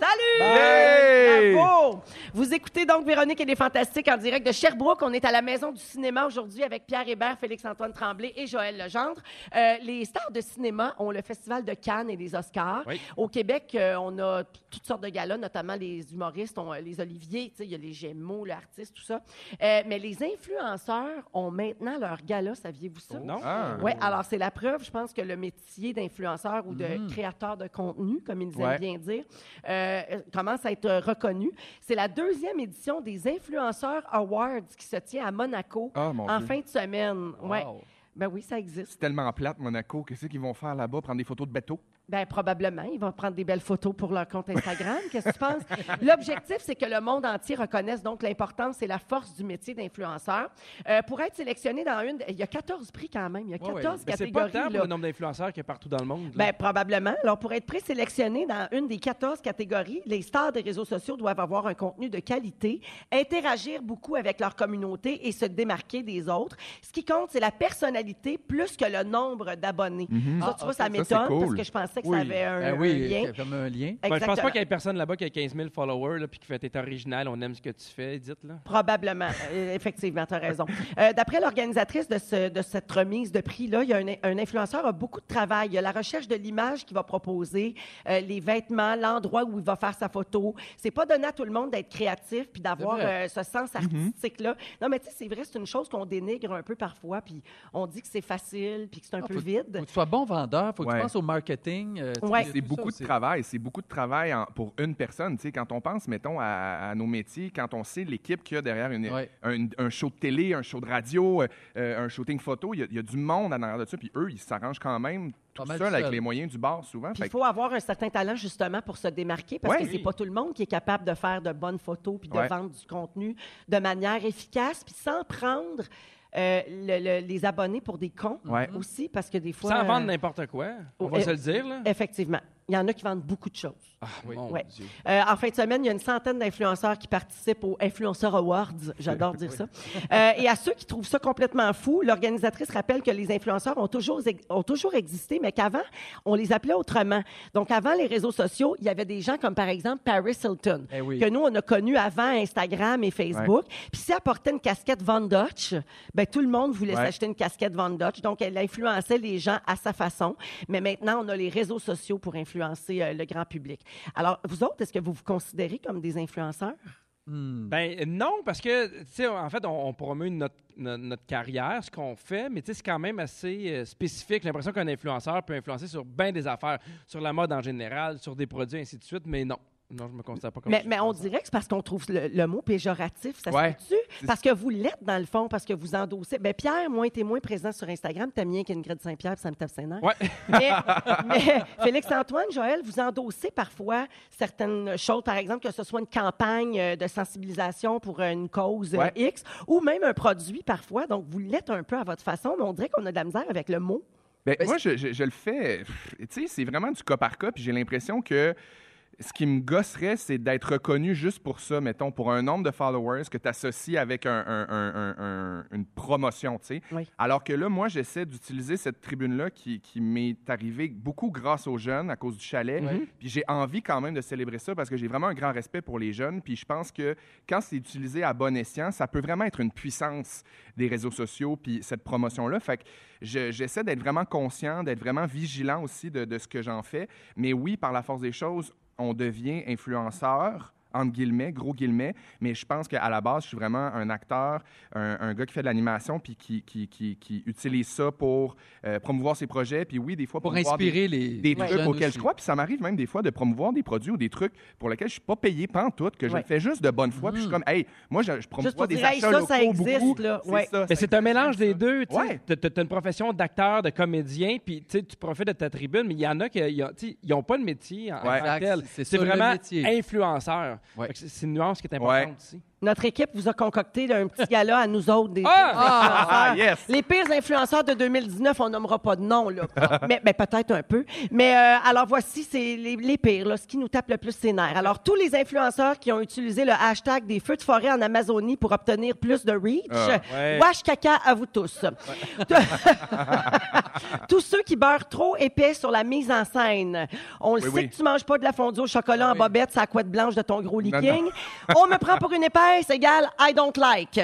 S1: Salut!
S2: Hey!
S1: Bravo! Vous écoutez donc Véronique et les Fantastiques en direct de Sherbrooke. On est à la Maison du cinéma aujourd'hui avec Pierre Hébert, Félix-Antoine Tremblay et Joël Legendre. Euh, les stars de cinéma ont le Festival de Cannes et les Oscars.
S3: Oui.
S1: Au Québec, euh, on a t- toutes sortes de galas, notamment les humoristes, ont, euh, les Oliviers, tu sais, il y a les Gémeaux, l'artiste, tout ça. Euh, mais les influenceurs ont maintenant leur gala, saviez-vous ça?
S3: Non?
S2: Ah.
S1: Oui, alors c'est la preuve, je pense que le métier d'influenceur ou de créateur de contenu, comme ils aiment
S3: Ouais.
S1: bien dire, euh, commence à être euh, reconnu. C'est la deuxième édition des Influenceurs Awards qui se tient à Monaco
S2: Ah, mon
S1: en
S2: Dieu.
S1: fin de semaine. Ouais.
S9: Wow.
S1: Ben oui, ça existe.
S2: C'est tellement plate, Monaco. Qu'est-ce qu'ils vont faire là-bas? Prendre des photos de bateaux?
S1: Ben probablement, ils vont prendre des belles photos pour leur compte Instagram. Qu'est-ce que tu penses L'objectif, c'est que le monde entier reconnaisse donc l'importance et la force du métier d'influenceur. Euh, pour être sélectionné dans une, il y a 14 prix quand même. Il y a
S9: Ouais, ouais.
S1: 14
S3: Mais Ben, c'est pas
S1: catégories.
S3: tant pour
S1: là.
S3: le nombre d'influenceurs qu'il y a partout dans le monde. là.
S1: Ben, probablement. Alors, pour être présélectionné dans une des 14 catégories, les stars des réseaux sociaux doivent avoir un contenu de qualité, interagir beaucoup avec leur communauté et se démarquer des autres. Ce qui compte, c'est la personnalité plus que le nombre d'abonnés. Ça, tu vois, ça
S2: c'est- ça,
S1: m'étonne
S2: c'est cool.
S1: parce que je pensais que
S2: Oui.
S1: ça avait un,
S9: Ben
S1: un lien.
S9: oui, comme un lien.
S3: Ben, je pense
S1: Exactement.
S3: pas qu'il y ait personne là-bas qui a 15 000 followers là, puis qui fait t'es original, on aime ce que tu fais, dites là.
S1: Probablement. Euh, Effectivement, tu as raison. Euh, D'après l'organisatrice de, ce- de cette remise de prix-là, il y a un, un influenceur a beaucoup de travail. Il y a la recherche de l'image qu'il va proposer, euh, les vêtements, l'endroit où il va faire sa photo. C'est pas donné à tout le monde d'être créatif puis d'avoir
S9: C'est vrai. Mm-hmm.
S1: euh, ce sens artistique-là. Non, mais tu sais, c'est vrai, c'est une chose qu'on dénigre un peu parfois, puis on dit que c'est facile, puis que c'est un
S9: Ah,
S1: peu
S9: faut-
S1: vide.
S9: Faut que tu sois bon vendeur, faut que
S2: Ouais.
S9: tu penses au marketing. euh, tu-
S1: Ouais.
S9: il y a
S2: C'est
S9: tout
S2: beaucoup
S9: ça
S2: de
S9: aussi.
S2: travail. C'est beaucoup de travail en- pour une personne. Tu sais, quand on pense, mettons, à, à nos métiers, quand on sait l'équipe qu'il y a derrière une-
S9: Ouais.
S2: un, un show de télé, un show de radio, euh, euh, un shooting photo, il y a- il y, a du monde en arrière de ça. Puis eux, ils s'arrangent quand même tout
S9: Pas mal
S2: seul avec
S9: seul.
S2: les moyens du bord, souvent.
S1: Puis
S2: Fait
S1: il
S2: que-
S1: faut avoir un certain talent justement pour se démarquer parce
S2: Ouais.
S1: que c'est pas tout le monde qui est capable de faire de bonnes photos puis de
S2: Ouais.
S1: vendre du contenu de manière efficace puis sans prendre euh, le- le- les abonnés pour des cons
S2: Ouais.
S1: aussi parce que des fois
S3: Sans
S1: euh,
S3: vendre n'importe quoi, on
S1: oh,
S3: va
S1: eh,
S3: se le dire là.
S1: effectivement il y en a qui vendent beaucoup de choses
S3: Ah, oui. Mon
S1: Ouais.
S3: Dieu.
S1: Euh, en fin de semaine, il y a une centaine d'influenceurs qui participent aux Influenceurs Awards. J'adore dire ça. Euh, et à ceux qui trouvent ça complètement fou, l'organisatrice rappelle que les influenceurs ont toujours, ex- ont toujours existé, mais qu'avant, on les appelait autrement. Donc, avant les réseaux sociaux, il y avait des gens comme, par exemple, Paris Hilton,
S9: Eh oui.
S1: que nous, on a connu avant Instagram et Facebook. Puis si elle portait une casquette Van Dutch, ben, tout le monde voulait
S2: Ouais.
S1: s'acheter une casquette Van Dutch. Donc, elle influençait les gens à sa façon. Mais maintenant, on a les réseaux sociaux pour influencer euh, le grand public. Alors, vous autres, est-ce que vous vous considérez comme des influenceurs?
S9: Hmm.
S3: Ben non, parce que, tu sais, en fait, on, on promeut notre, no- notre carrière, ce qu'on fait, mais tu sais, c'est quand même assez euh, spécifique. J'ai l'impression qu'un influenceur peut influencer sur bien des affaires, sur la mode en général, sur des produits, ainsi de suite, mais non. Non, je me considère pas comme
S1: Mais, mais on
S3: influenceur.
S1: dirait que c'est parce qu'on trouve le, le mot péjoratif, ça
S2: Ouais.
S1: se peut-tu? Parce que vous l'êtes, dans le fond, parce que vous endossez. Ben, Pierre, moi, t'es moins présent sur Instagram, t'as bien qu'Ingrid Saint-Pierre, puis ça me tape ses nerfs.
S3: Ouais.
S1: Mais, mais Félix-Antoine, Joël, vous endossez parfois certaines choses, par exemple, que ce soit une campagne euh, de sensibilisation pour une cause euh,
S2: Ouais.
S1: X ou même un produit parfois. Donc, vous l'êtes un peu à votre façon, mais on dirait qu'on a de la misère avec le mot.
S2: Ben, moi, je, je- je le fais. pff, Tu sais, c'est vraiment du cas par cas. Puis j'ai l'impression que ce qui me gosserait, c'est d'être reconnu juste pour ça, mettons, pour un nombre de followers que tu associes avec un- un- un- un- un- une promotion, tu sais.
S1: Oui.
S2: Alors que là, moi, j'essaie d'utiliser cette tribune-là qui, qui m'est arrivée beaucoup grâce aux jeunes à cause du chalet. Puis j'ai envie quand même de célébrer ça parce que j'ai vraiment un grand respect pour les jeunes. Puis je pense que quand c'est utilisé à bon escient, ça peut vraiment être une puissance des réseaux sociaux puis cette promotion-là. Fait que je- j'essaie d'être vraiment conscient, d'être vraiment vigilant aussi de, de ce que j'en fais. Mais oui, par la force des choses, on devient influenceur entre guillemets, gros guillemets, mais je pense qu'à la base, je suis vraiment un acteur, un, un gars qui fait de l'animation, puis qui, qui, qui, qui utilise ça pour euh, promouvoir ses projets, puis oui, des fois
S9: Pour
S2: promouvoir des-
S9: inspirer les,
S2: des
S9: les
S2: trucs
S9: jeunes
S2: auxquels
S9: aussi.
S2: je crois. Puis ça m'arrive même des fois de promouvoir des produits ou des trucs pour lesquels je suis pas payé pantoute, que je
S1: Ouais. Mm.
S2: le fais juste de bonne foi. Puis je suis comme, hey, moi, je, je promouvois
S1: Juste pour
S2: des
S1: dire, hey,
S2: achats
S1: ça,
S2: locaux
S1: ça existe,
S2: beaucoup.
S1: là.
S2: C'est
S1: Ouais.
S2: ça, ça
S3: Mais c'est un
S2: existe.
S3: mélange des deux. Tu
S2: Ouais.
S3: as une profession d'acteur, de comédien, puis tu sais, tu profites de ta tribune, mais il y en a qui n'ont pas de métier en en
S2: Ouais.
S3: tant que tel.
S9: Exact, c'est
S3: C'est
S9: ça, le
S3: vraiment
S9: métier.
S3: influenceur.
S9: Ouais.
S3: Fait que C'est c'est une nuance qui est importante
S2: Ouais.
S3: ici.
S1: Notre équipe vous a concocté là, un petit gala à nous autres. Des
S3: Ah!
S1: influenceurs.
S2: Ah, yes!
S1: Les pires influenceurs de 2019, on nommera pas de nom, là. mais ben, peut-être un peu. Mais euh, alors voici, c'est les, les pires, là, ce qui nous tape le plus ses nerfs. Alors, tous les influenceurs qui ont utilisé le hashtag des feux de forêt en Amazonie pour obtenir plus de reach,
S2: Ah,
S3: ouais.
S1: wash caca à vous tous. tous ceux qui beurrent trop épais sur la mise en scène. On le
S2: Oui,
S1: sait
S2: oui. Ah,
S1: que tu manges pas de la fondue au chocolat en bobette, sa couette blanche de ton gros
S2: Non,
S1: leaking. On me prend pour une épaisse égale I don't like.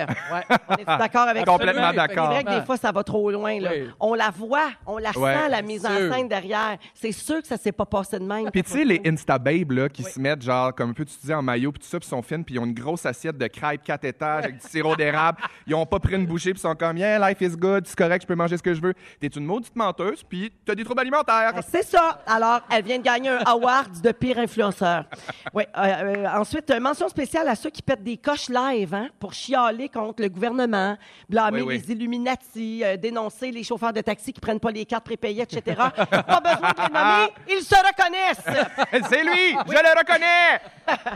S1: On est d'accord avec
S2: Complètement
S1: ça?
S9: Absolument,
S1: C'est
S2: d'accord.
S1: vrai que des fois, ça va trop loin. Là.
S9: Oui.
S1: On la voit, on la
S2: Ouais.
S1: sent, la mise en
S9: Sûr.
S1: scène derrière. C'est sûr que ça s'est pas passé de même.
S2: Puis tu sais, les Instababes, là, qui se mettent, genre, comme un peu, tu disais, en maillot, puis tout ça, puis sont fines, puis ils ont une grosse assiette de crêpes, quatre étages, avec du sirop d'érable. Ils ont pas pris une bouchée, puis ils sont comme, yeah, life is good, c'est correct, je peux manger ce que je veux. T'es une maudite menteuse, puis t'as des troubles alimentaires.
S1: Ah, C'est ça. Alors, elle vient de gagner un award de pire influenceur. Oui. euh, euh, ensuite, euh, mention spéciale à ceux qui pètent des coches live hein, pour chialer contre le gouvernement, blâmer
S2: Oui, oui.
S1: les Illuminati, euh, dénoncer les chauffeurs de taxi qui prennent pas les cartes prépayées, etc. pas besoin de les nommer, ils se reconnaissent.
S2: c'est lui! Je le reconnais!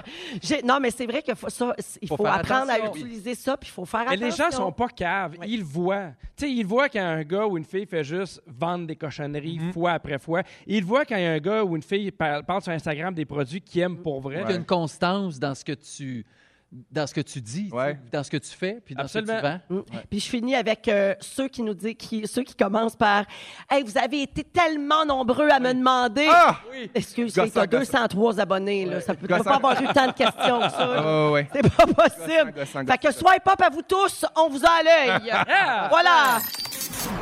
S1: J'ai- Non, mais c'est vrai qu'il faut, ça, c- il
S9: Faut
S1: faut
S9: faire
S1: apprendre à
S9: attention.
S1: utiliser ça, puis il faut faire
S3: Mais
S1: attention.
S3: les gens sont pas caves,
S1: Ouais.
S3: ils voient. Tu sais, ils voient quand un gars ou une fille fait juste vendre des cochonneries
S9: Mm-hmm.
S3: fois après fois. Ils voient quand un gars ou une fille par- parle sur Instagram des produits qu'ils aiment pour vrai.
S9: Il y a une constance dans ce que tu, dans ce que tu dis, tu
S2: Ouais.
S9: sais, dans ce que tu fais, puis dans ce que tu
S3: Absolument.
S9: vends.
S1: Mm. Puis je finis avec euh, ceux qui nous disent, qui, ceux qui commencent par Hey, vous avez été tellement nombreux à me demander.
S2: Ah!
S1: Excuse,
S2: Gossant,
S1: t'as
S2: gossant.
S1: 203 abonnés, là. Ça peut tu peux
S2: Gossant.
S1: pas avoir eu tant de questions que ça. là.
S2: Ah, ouais.
S1: C'est pas
S2: Gossant,
S1: possible.
S2: gossant,
S1: fait que
S2: gossant.
S1: swipe up à vous tous, on vous a à l'œil.
S3: Ah!
S1: voilà.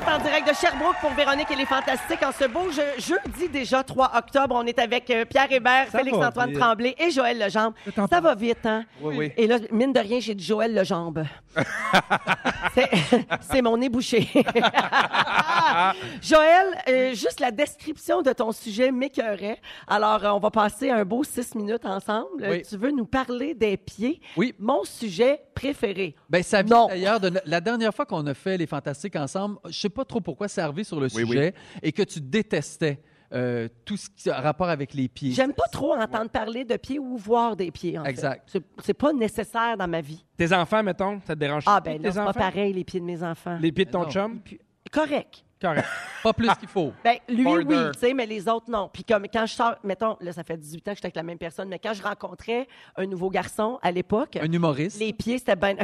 S1: En direct de Sherbrooke pour Véronique et les Fantastiques en ce beau jeu- jeudi déjà 3 octobre. On est avec euh, Pierre Hébert, Félix-Antoine Tremblay et Joël Legendre. Ça va vite, hein?
S2: Oui, oui.
S1: Et là, mine de rien, j'ai dit Joël Legendre. C'est- C'est mon ébouché. Joël, euh, juste la description de ton sujet m'écœurait. Alors, euh, on va passer un beau six minutes ensemble. Euh,
S9: Oui.
S1: Tu veux nous parler des pieds.
S9: Oui.
S1: Mon sujet préféré.
S9: Ben, ça vient
S1: Non.
S9: d'ailleurs de la dernière fois qu'on a fait les fantastiques ensemble. Je sais pas trop pourquoi ça arrivait sur le
S2: Oui,
S9: sujet et que tu détestais euh, tout ce qui a rapport avec les pieds.
S1: J'aime pas trop entendre parler de pieds ou voir des pieds. en fait.
S9: Exact.
S1: C'est- C'est pas nécessaire dans ma vie.
S3: Tes enfants, mettons, ça te dérange
S1: Ah ben
S3: tes
S1: non, c'est
S3: enfants?
S1: pas pareil les pieds de mes enfants.
S3: Les pieds de ton
S9: Non.
S3: chum?
S1: Correct.
S3: Correct.
S9: Pas plus qu'il faut.
S1: Ben, lui,
S9: Border.
S1: oui, tu sais, mais les autres, non. Puis comme quand je sors, mettons, là, ça fait 18 ans que j'étais avec la même personne, mais quand je rencontrais un nouveau garçon à l'époque,
S9: Un humoriste.
S1: les pieds, c'était bien...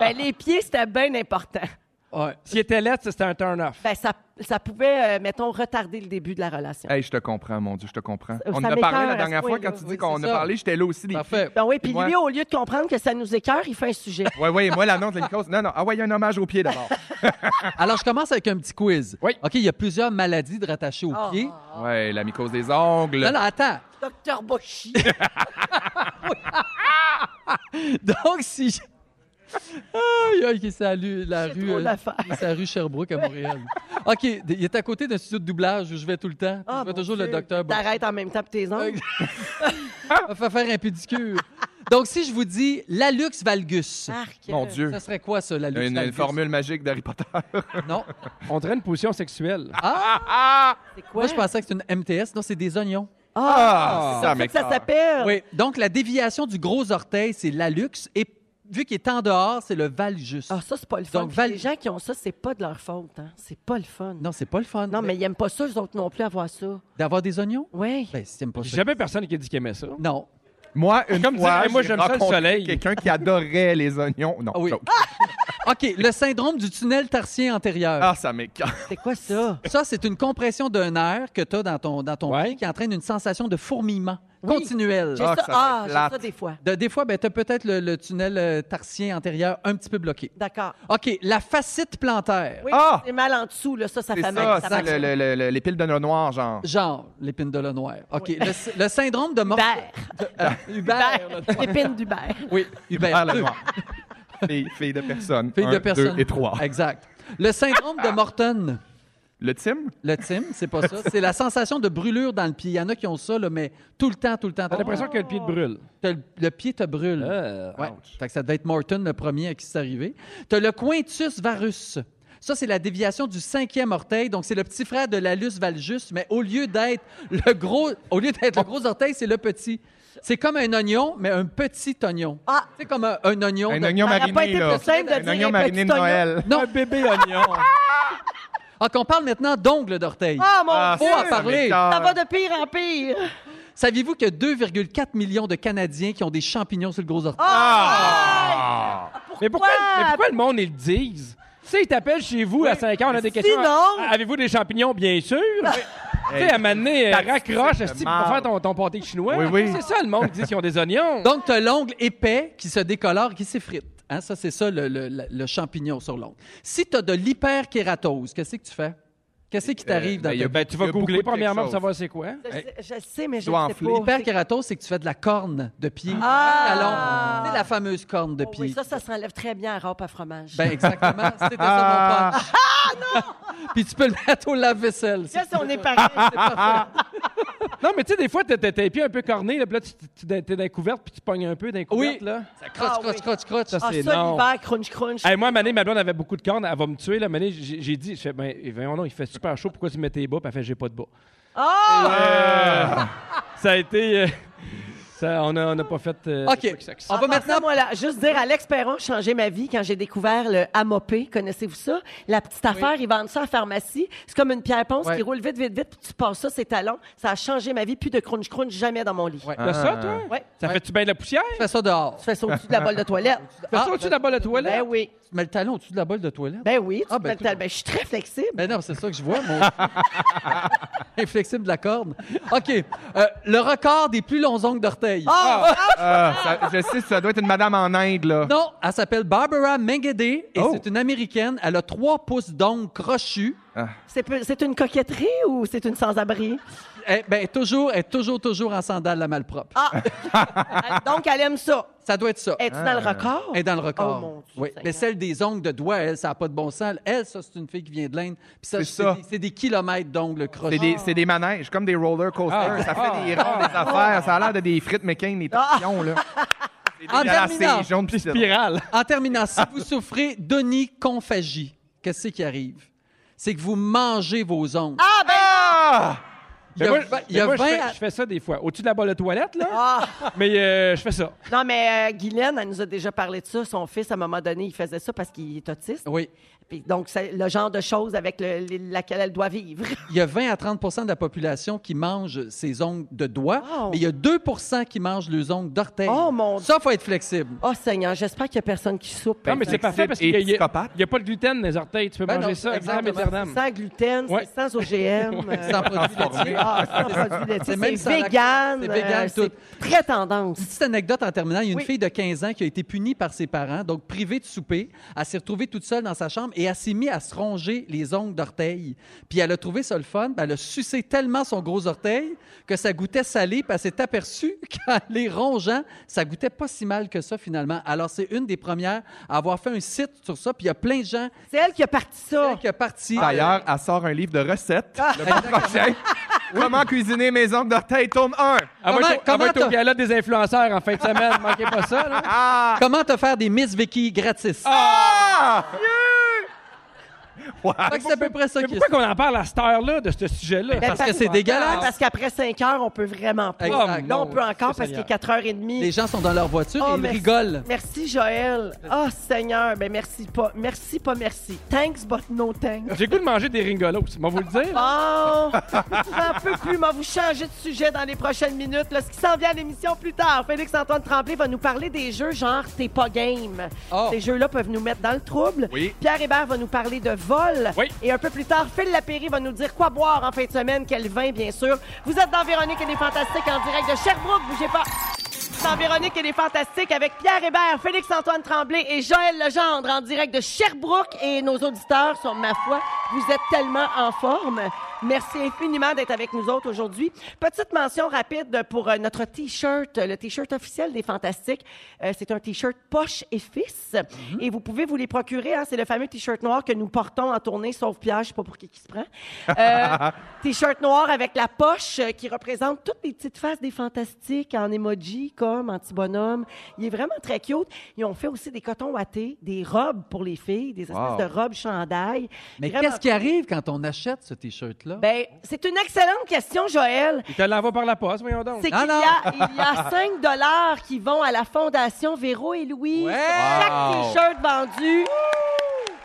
S1: ben, les pieds, c'était bien important.
S9: Ouais.
S3: S'il était lettre, c'était un turn-off.
S1: Ben, ça, ça pouvait, euh, mettons, retarder le début de la relation.
S2: Hey, je te comprends, mon Dieu, je te comprends.
S1: Ça
S2: On en a
S1: m'écoeure
S2: parlé
S1: à
S2: la
S1: ce
S2: dernière fois
S1: point-là.
S2: quand tu
S1: Oui,
S2: dis qu'on
S9: c'est
S2: a
S9: ça.
S2: parlé, j'étais là aussi des
S9: Parfait.
S1: Ben oui, puis
S2: Moi-
S1: lui, au lieu de comprendre que ça nous écœure, il fait un sujet.
S2: Ouais, ouais, moi, l'annonce de la mycose. Non, non. Ah, ouais, il y a un hommage au pied d'abord.
S9: Alors, je commence avec un petit quiz.
S3: Oui.
S9: OK, il y a plusieurs maladies de rattachées aux
S1: Oh.
S9: pieds.
S2: Ouais, la mycose des ongles.
S9: Non, non, attends.
S1: Docteur Boshi.
S9: Donc, si. je- Aïe, aïe, qui salue la
S1: J'ai
S9: rue.
S1: trop
S9: euh,
S1: d'affaires.
S9: c'est la rue Sherbrooke à Montréal. OK, d- il est à côté d'un studio de doublage où je vais tout le temps.
S1: Ah,
S9: je vais
S1: mon
S9: toujours le
S1: Dieu.
S9: docteur. Bon.
S1: T'arrêtes en même temps que tes ongles.
S9: On va faire un pédicure. Donc, si je vous dis la luxe valgus,
S1: Marc,
S2: Mon
S1: euh,
S2: Dieu.
S9: ça serait quoi, ça, la luxe
S2: Une, une
S9: valgus?
S2: formule magique d'Harry Potter.
S9: Non.
S3: On dirait une position sexuelle.
S9: Ah,
S1: C'est quoi?
S9: Moi, je pensais que c'était une MTS. Non, c'est des oignons.
S2: Ah,
S1: Ah, ça,
S2: ça
S1: que ça
S2: m'écoeure.
S1: s'appelle.
S9: Oui. Donc, la déviation du gros orteil, c'est la luxe. Et vu qu'il est en dehors, c'est le valgus.
S1: Ah, ça, c'est pas le fun.
S9: Donc,
S1: Puis
S9: Val-
S1: Les gens qui ont ça, c'est pas de leur faute. Hein. C'est pas le fun. Non,
S9: Non, c'est pas le fun.
S1: mais ils aiment pas ça, eux autres non plus, avoir ça.
S9: D'avoir des oignons?
S1: Oui.
S9: Ben, si t'aimes pas
S3: J'ai
S9: ça.
S3: jamais personne qui a dit qu'il aimait ça.
S9: Non.
S2: Moi, une
S3: Comme
S2: fois,
S3: dire, hey, moi,
S2: j'ai
S3: j'aime ça, le
S2: rencontré
S3: soleil.
S2: Quelqu'un qui adorait les oignons. Non,
S9: Ah oui.
S2: joke.
S9: OK, le syndrome du tunnel tarsien antérieur.
S2: Ah, ça m'écoeure.
S1: C'est quoi ça?
S9: Ça, c'est une compression d'un nerf que tu as dans ton, dans ton
S3: Ouais.
S9: pied qui entraîne une sensation de fourmillement
S1: Oui.
S9: continuel.
S1: J'ai
S2: Ah,
S1: ça.
S2: que ça
S1: Ah,
S2: fait
S1: j'ai
S2: plate.
S1: ça des fois.
S9: De- des fois, ben, tu as peut-être le, le tunnel euh, tarsien antérieur un petit peu bloqué.
S1: D'accord.
S9: OK, la facite plantaire.
S1: Oui,
S2: Ah!
S1: c'est mal en dessous, là. Ça, ça
S2: C'est
S1: fait
S2: ça,
S1: mal.
S2: ça,
S1: fait
S2: le- le- le- le- les piles de noix noires, genre.
S9: Genre l'épine de noire. OK, le, le syndrome de mort.
S1: Hubert.
S9: Hubert. là.
S1: L'épine d'Hubert.
S9: Oui, Hubert.
S2: Ah, le noir. Fille, fille de personne.
S9: Fille
S2: Un,
S9: de personne.
S2: Deux et trois.
S9: Exact. Le syndrome de Morton.
S2: Le team?
S9: Le Tim, c'est pas ça. C'est la sensation de brûlure dans le pied. Il y en a qui ont ça, là, mais tout le temps, tout le temps.
S3: T'as
S9: tout le
S3: l'impression que le pied te brûle.
S9: T'as Le, le pied te brûle.
S3: Euh,
S9: Ouais. Fait que ça doit être Morton le premier à qui c'est arrivé. T'as le Quintus varus. Ça, c'est la déviation du cinquième orteil. Donc, c'est le petit frère de l'alus valgus, mais au lieu d'être le gros, au lieu d'être le gros orteil, c'est le petit. C'est comme un oignon, mais un petit oignon.
S1: Ah!
S9: C'est comme un, un oignon.
S2: Un
S9: de-
S2: oignon
S1: Ça aurait pas
S2: mariné,
S1: été
S2: là.
S1: plus simple de
S2: Un
S1: dire
S2: oignon
S1: un
S2: mariné de
S1: petit oignon.
S2: Noël.
S9: Non.
S3: Un bébé oignon.
S9: Ah, qu'on parle maintenant d'ongles d'orteil.
S1: Ah, mon
S2: Ah,
S1: Dieu!
S9: Faut en
S2: ça
S9: parler.
S2: m'écoeure.
S1: Ça va de pire en pire.
S9: Saviez-vous que 2,4 millions de Canadiens qui ont des champignons sur le gros orteil?
S2: Ah!
S3: mais, pourquoi, mais pourquoi le monde, ils le disent? Tu sais, ils t'appellent chez vous à 5 ans, on a des questions.
S1: sinon-
S3: Ah, Avez-vous des champignons? Bien sûr. Tu sais, à un moment donné, euh,
S2: T'as dit
S3: raccroche,
S2: c'est
S3: esti, pour
S2: mal.
S3: faire ton, ton pâté chinois.
S2: Oui, oui.
S3: C'est ça, le monde, qui dit qu'ils ont des oignons.
S9: Donc, tu as l'ongle épais qui se décolore et qui s'effrite. Hein, ça, c'est ça, le, le- le- le champignon sur l'ongle. Si tu as de l'hyperkératose, qu'est-ce que tu fais? Qu'est-ce qui t'arrive dans
S2: ben, il y a
S9: ta
S3: ben, tu vas
S2: beaucoup de
S3: googler
S2: quelque
S3: premièrement pour
S2: chose.
S3: savoir c'est quoi.
S1: Je, sais- je le sais, mais je
S2: dois
S1: ne sais
S2: enfler.
S1: pas.
S9: L'hyperkératose, c'est que tu fais de la corne de pied.
S1: Ah!
S9: Talon. C'est la fameuse corne de
S1: Oh
S9: pied.
S1: oui, ça, ça s'enlève très bien à râpe à fromage.
S9: Ben, exactement. C'était
S2: Ah!
S9: ça, mon punch.
S1: Ah,
S9: Puis tu peux le mettre au lave-vaisselle.
S1: Là, si on est pareil, c'est
S3: Non, mais tu sais, des fois, t'as t'as tes pieds un peu cornés, là, puis là, tu- tu- t'es dans les couvertes, puis tu pognes un peu dans les couvertes,
S9: Oui.
S3: là.
S9: Ça croche,
S1: Ah,
S9: croche,
S1: oui.
S9: croche, croche.
S1: Ah, ça,
S3: c'est non.
S1: l'hiver, crunch, crunch.
S3: Hey, moi, Mané, ma blonde avait beaucoup de cornes, elle va me tuer, là. Mané, j'ai j'ai dit, je fais, ben, voyons donc, il fait super chaud, pourquoi tu mets tes bas? Puis elle fait, j'ai pas de bas.
S2: Oh!
S1: Ah!
S3: Ça a été. euh, ça, on n'a on a pas fait. euh,
S9: OK.
S3: de quoi que ça-
S9: On
S1: En
S9: va
S1: passant,
S9: maintenant...
S1: moi, là, juste dire, Alex Perron a changé ma vie quand j'ai découvert le Amopé. Connaissez-vous ça? La petite affaire, ils vendent ça en pharmacie. C'est comme une pierre ponce
S9: Ouais.
S1: qui roule vite, vite, vite, puis tu passes ça, ses talons. Ça a changé ma vie. Plus de crunch, crunch, jamais dans mon lit.
S9: Ouais.
S3: T'as
S2: Ah.
S3: ça, toi?
S1: Ouais.
S3: Ça fait-tu bien de la poussière?
S9: Tu fais ça dehors.
S1: Tu fais ça au-dessus de la bolle de toilette.
S9: Ah,
S3: Fais-tu au-dessus de la balle de toilette?
S1: Ben oui.
S9: Tu mets le talon au-dessus de la bolle de toilette.
S1: Ben oui. Tu
S9: Ah,
S1: te
S9: ben,
S1: mets le talon. Ben, je suis très flexible.
S9: Ben non, c'est ça que je vois, mon. Inflexible de la corne. OK. Euh, le record des plus longs ongles d'orteil.
S1: Ah!
S2: Ah, ça- je sais, ça doit être une madame en Inde, là.
S9: Non, elle s'appelle Barbara Mengede et
S2: Oh.
S9: c'est une Américaine. Elle a trois pouces d'ongles crochus.
S1: C'est peu- C'est une coquetterie ou c'est une sans-abri?
S9: Elle, ben, elle est toujours, elle est toujours, toujours en sandales, la malpropre.
S1: Ah! Donc, elle aime ça.
S9: Ça doit être ça.
S1: Es-tu dans le record?
S9: Elle est dans le record.
S1: Oh, mon Dieu,
S9: oui.
S1: Seigneur.
S9: Mais celle des ongles de doigts, elle, ça n'a pas de bon sens. Elle, ça, c'est une fille qui vient de l'Inde. Puis ça,
S2: C'est
S9: c'est
S2: ça.
S9: des- c'est des, kilomètres d'ongles crochus.
S2: C'est des, c'est des manèges, comme des roller coasters.
S3: Ah.
S2: ça fait des ronds, des affaires. Ça a l'air de des frites McCain, des tortillons, là. C'est
S9: En
S2: dégueulasse,
S9: terminant.
S2: c'est jaune pis c'est-
S3: Spirale.
S9: En terminant, si vous souffrez
S1: Ah!
S9: d'onychophagie, qu'est-ce qui arrive? C'est que vous mangez vos ongles.
S2: Ah!
S9: Il y a,
S3: Mais moi,
S9: vingt- il
S3: mais
S9: y a
S3: moi, je,
S9: 20
S3: fais,
S9: à-
S3: je fais ça des fois. Au-dessus de la boîte de toilette, là.
S1: Ah!
S3: Mais euh, je fais ça.
S1: Non, mais euh, Guylaine, elle nous a déjà parlé de ça. Son fils, à un moment donné, il faisait ça parce qu'il est autiste.
S9: Oui.
S1: Puis donc, c'est le genre de choses avec le- le- laquelle elle doit vivre.
S9: Il y a 20 à 30 de la population qui mange ses ongles de doigts,
S1: Oh.
S9: mais il y a 2 qui mangent les ongles d'orteil.
S1: Oh, mon
S9: Ça, faut être flexible.
S1: Oh Seigneur, j'espère qu'il n'y a personne qui soupe.
S3: Non, mais c'est parfait parce qu'il
S2: et
S3: n'y a,
S2: psychopathe.
S3: il y a pas de gluten dans les orteils. Tu peux
S9: Ben
S3: manger
S9: non,
S3: ça à
S9: exactement.
S3: Amsterdam.
S1: Sans gluten,
S3: Ouais.
S1: c'est sans OGM. euh,
S9: Sans produits laitiers.
S1: Ah, sans produits laitiers,
S9: C'est même sans
S1: c'est
S9: lactose.
S1: vegan.
S9: C'est vegan,
S1: euh,
S9: tout.
S1: c'est très tendance.
S9: Petite anecdote en terminant, il y a une
S1: Oui.
S9: fille de 15 ans qui a été punie par ses parents, donc privée de souper. Elle s'est retrouvée toute seule dans sa chambre et elle s'est mise à se ronger les ongles d'orteil. Puis elle a trouvé ça le fun, puis elle a sucé tellement son gros orteil que ça goûtait salé, puis elle s'est aperçue qu'en les rongeant, ça goûtait pas si mal que ça finalement. Alors c'est une des premières à avoir fait un site sur ça, puis il y a plein de gens
S1: C'est elle qui a parti ça.
S9: qui a parti.
S2: D'ailleurs, elle sort un livre de recettes le mois prochain. Comment cuisiner mes ongles d'orteil, tome 1.
S3: Elle va
S9: Comment-
S3: être au- elle va être
S9: comment
S3: au gala des influenceurs en fin de semaine. Manquez pas ça, là.
S9: Comment te faire des Miss Vicky gratis?
S2: Ah! Wow.
S9: Fait que c'est à peu près ça
S3: Mais
S9: qui est.
S3: pourquoi qu'on en parle à cette heure-là de ce sujet-là?
S1: Ben,
S9: parce que c'est dégueulasse. Oh
S1: Parce qu'après 5 heures, on peut vraiment pas.
S9: Exact.
S3: oh,
S1: Là, on peut encore parce qu'il
S3: Seigneur.
S1: est 4h30.
S9: Les gens sont dans leur voiture
S1: Oh,
S9: et ils
S1: merci.
S9: rigolent.
S1: Merci, Joël. Oh, Seigneur. Ben, merci pas. Merci, pas merci. Thanks, but no thanks.
S3: J'ai le goût de manger des ringolos, moi vous le dire.
S1: Oh! J'en peux plus. Moi, vous changer de sujet dans les prochaines minutes. Là, ce qui s'en vient à l'émission plus tard, Félix-Antoine Tremblay va nous parler des jeux genre « T'es pas game
S9: Oh.
S1: Ces jeux-là peuvent nous mettre dans le trouble.
S2: Oui.
S1: Pierre Hébert va nous parler de vol.
S3: Oui.
S1: Et un peu plus tard, Phil Lapéry va nous dire quoi boire en fin de semaine, quel vin, bien sûr. Vous êtes dans Véronique et les Fantastiques en direct de Sherbrooke. Bougez pas. Dans Véronique et les Fantastiques avec Pierre Hébert, Félix-Antoine Tremblay et Joël Legendre en direct de Sherbrooke. Et nos auditeurs sont, ma foi, vous êtes tellement en forme. Merci infiniment d'être avec nous autres aujourd'hui. Petite mention rapide pour euh, notre T-shirt, le T-shirt officiel des Fantastiques. Euh, c'est un T-shirt poche et fils. Et vous pouvez vous les procurer. hein. C'est le fameux T-shirt noir que nous portons en tournée, sauf Pierre, je sais pas pour qui qui se prend. Euh, T-shirt noir avec la poche euh, qui représente toutes les petites faces des fantastiques en emoji, comme en petit bonhomme. Il est vraiment très cute. Ils ont fait aussi des cotons wattés, des robes pour les filles, des espèces
S2: Wow.
S1: de robes chandail.
S9: Mais
S1: Vraiment-
S9: qu'est-ce qui arrive quand on achète ce T-shirt-là?
S1: Ben, c'est une excellente question, Joël.
S3: Il te l'envoie par la poste, voyons donc.
S1: C'est
S9: Non,
S1: qu'il y
S9: non.
S1: a, il y a 5 dollars qui vont à la Fondation Véro et Louis.
S9: Ouais.
S1: Chaque T-shirt vendu.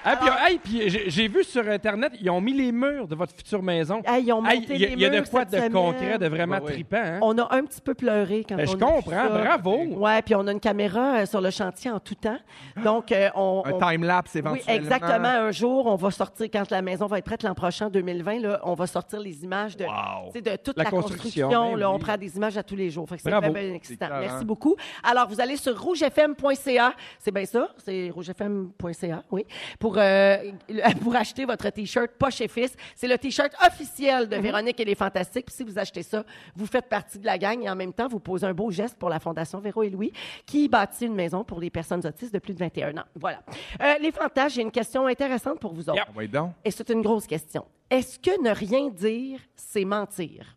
S3: Ah, puis, hey, puis j'ai- j'ai vu sur Internet, ils ont mis les murs de votre future maison.
S1: Hey, ils ont
S3: Hey,
S1: monté
S3: il y a-
S1: les
S3: il y a de
S1: murs
S3: quoi
S1: cette
S3: de
S1: semaine.
S3: concret, de vraiment
S9: Ouais, ouais.
S3: trippant. hein?
S1: On a un petit peu pleuré quand
S3: Ben,
S1: on
S3: je
S1: a vu
S3: comprends,
S1: ça.
S3: bravo.
S1: Ouais, puis on a une caméra euh, sur le chantier en tout temps. Donc, euh, on...
S2: Ah! Un
S1: on-
S2: time-lapse
S1: Oui,
S2: éventuellement.
S1: exactement. Un jour, on va sortir, quand la maison va être prête l'an prochain, 2020, là, on va sortir les images de,
S2: Wow.
S1: tu sais, de toute la,
S3: La
S1: construction.
S3: construction, ben
S1: là, On
S3: oui.
S1: prend des images à tous les jours. Fait que c'est
S3: Bravo.
S1: vraiment bien
S2: C'est
S1: excitant.
S2: clair,
S1: Merci
S2: hein.
S1: beaucoup. Alors, vous allez sur rougefm.ca. C'est bien ça. C'est rougefm.ca, oui. Pour, euh, le- pour acheter votre T-shirt Poche et Fils. C'est le T-shirt officiel de Véronique et les Fantastiques. Puis si vous achetez ça, vous faites partie de la gang et en même temps, vous posez un beau geste pour la Fondation Véro et Louis qui bâtit une maison pour les personnes autistes de plus de 21 ans. Voilà. Euh, les Fantages, j'ai une question intéressante pour vous autres.
S3: Yep.
S2: Ah, oui, donc.
S1: Et c'est une grosse question. Est-ce que ne rien dire, c'est mentir?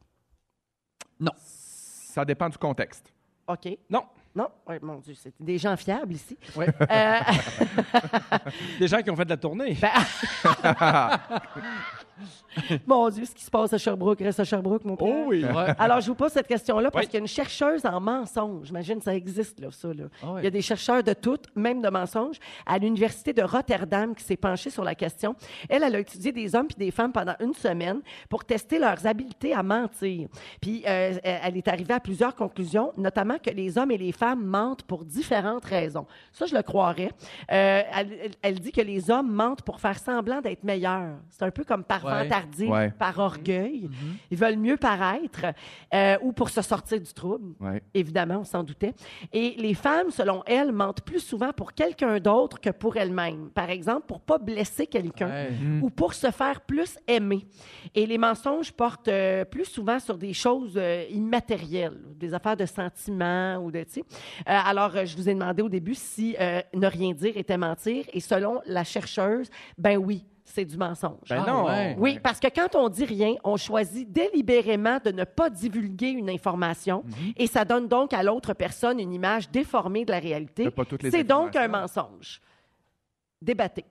S2: Ça dépend du contexte.
S1: OK.
S3: Non,
S1: Non? Ouais, mon Dieu, c'est des gens fiables ici.
S9: Ouais.
S1: Euh,
S3: des gens qui ont fait de la tournée.
S1: mon Dieu, ce qui se passe à Sherbrooke reste à Sherbrooke, mon père.
S9: Oh Ouais.
S1: Alors, je vous pose cette question-là parce
S3: Oui.
S1: qu'il y a une chercheuse en mensonges. J'imagine que ça existe, là, ça. Là.
S9: Ah ouais.
S1: Il y a des chercheurs de toutes, même de mensonges, à l'Université de Rotterdam qui s'est penchée sur la question. Elle, elle a étudié des hommes puis des femmes pendant une semaine pour tester leurs habiletés à mentir. Puis, euh, elle est arrivée à plusieurs conclusions, notamment que les hommes et les femmes mentent pour différentes raisons. Ça, je le croirais. Euh, elle, elle- elle dit que les hommes mentent pour faire semblant d'être meilleurs. C'est un peu comme par
S9: Ouais.
S1: vantardier,
S2: Ouais.
S1: par orgueil. Ils veulent mieux paraître euh, ou pour se sortir du trouble.
S2: Ouais.
S1: Évidemment, on s'en doutait. Et les femmes, selon elles, mentent plus souvent pour quelqu'un d'autre que pour elles-mêmes. Par exemple, pour pas blesser quelqu'un
S9: Ouais.
S1: ou pour se faire plus aimer. Et les mensonges portent euh, plus souvent sur des choses euh, immatérielles, des affaires de sentiments ou de, tu sais. Euh, alors, euh, je vous ai demandé au début si euh, ne rien dire était mentir. Et selon la chercheuse, ben oui, c'est du mensonge.
S3: Ben
S9: Ah,
S3: non.
S9: ouais.
S1: Oui, parce que quand on dit rien, on choisit délibérément de ne pas divulguer une information et ça donne donc à l'autre personne une image déformée de la réalité.
S2: T'as pas toutes les
S1: C'est donc un
S2: informations.
S1: mensonge. Débattez.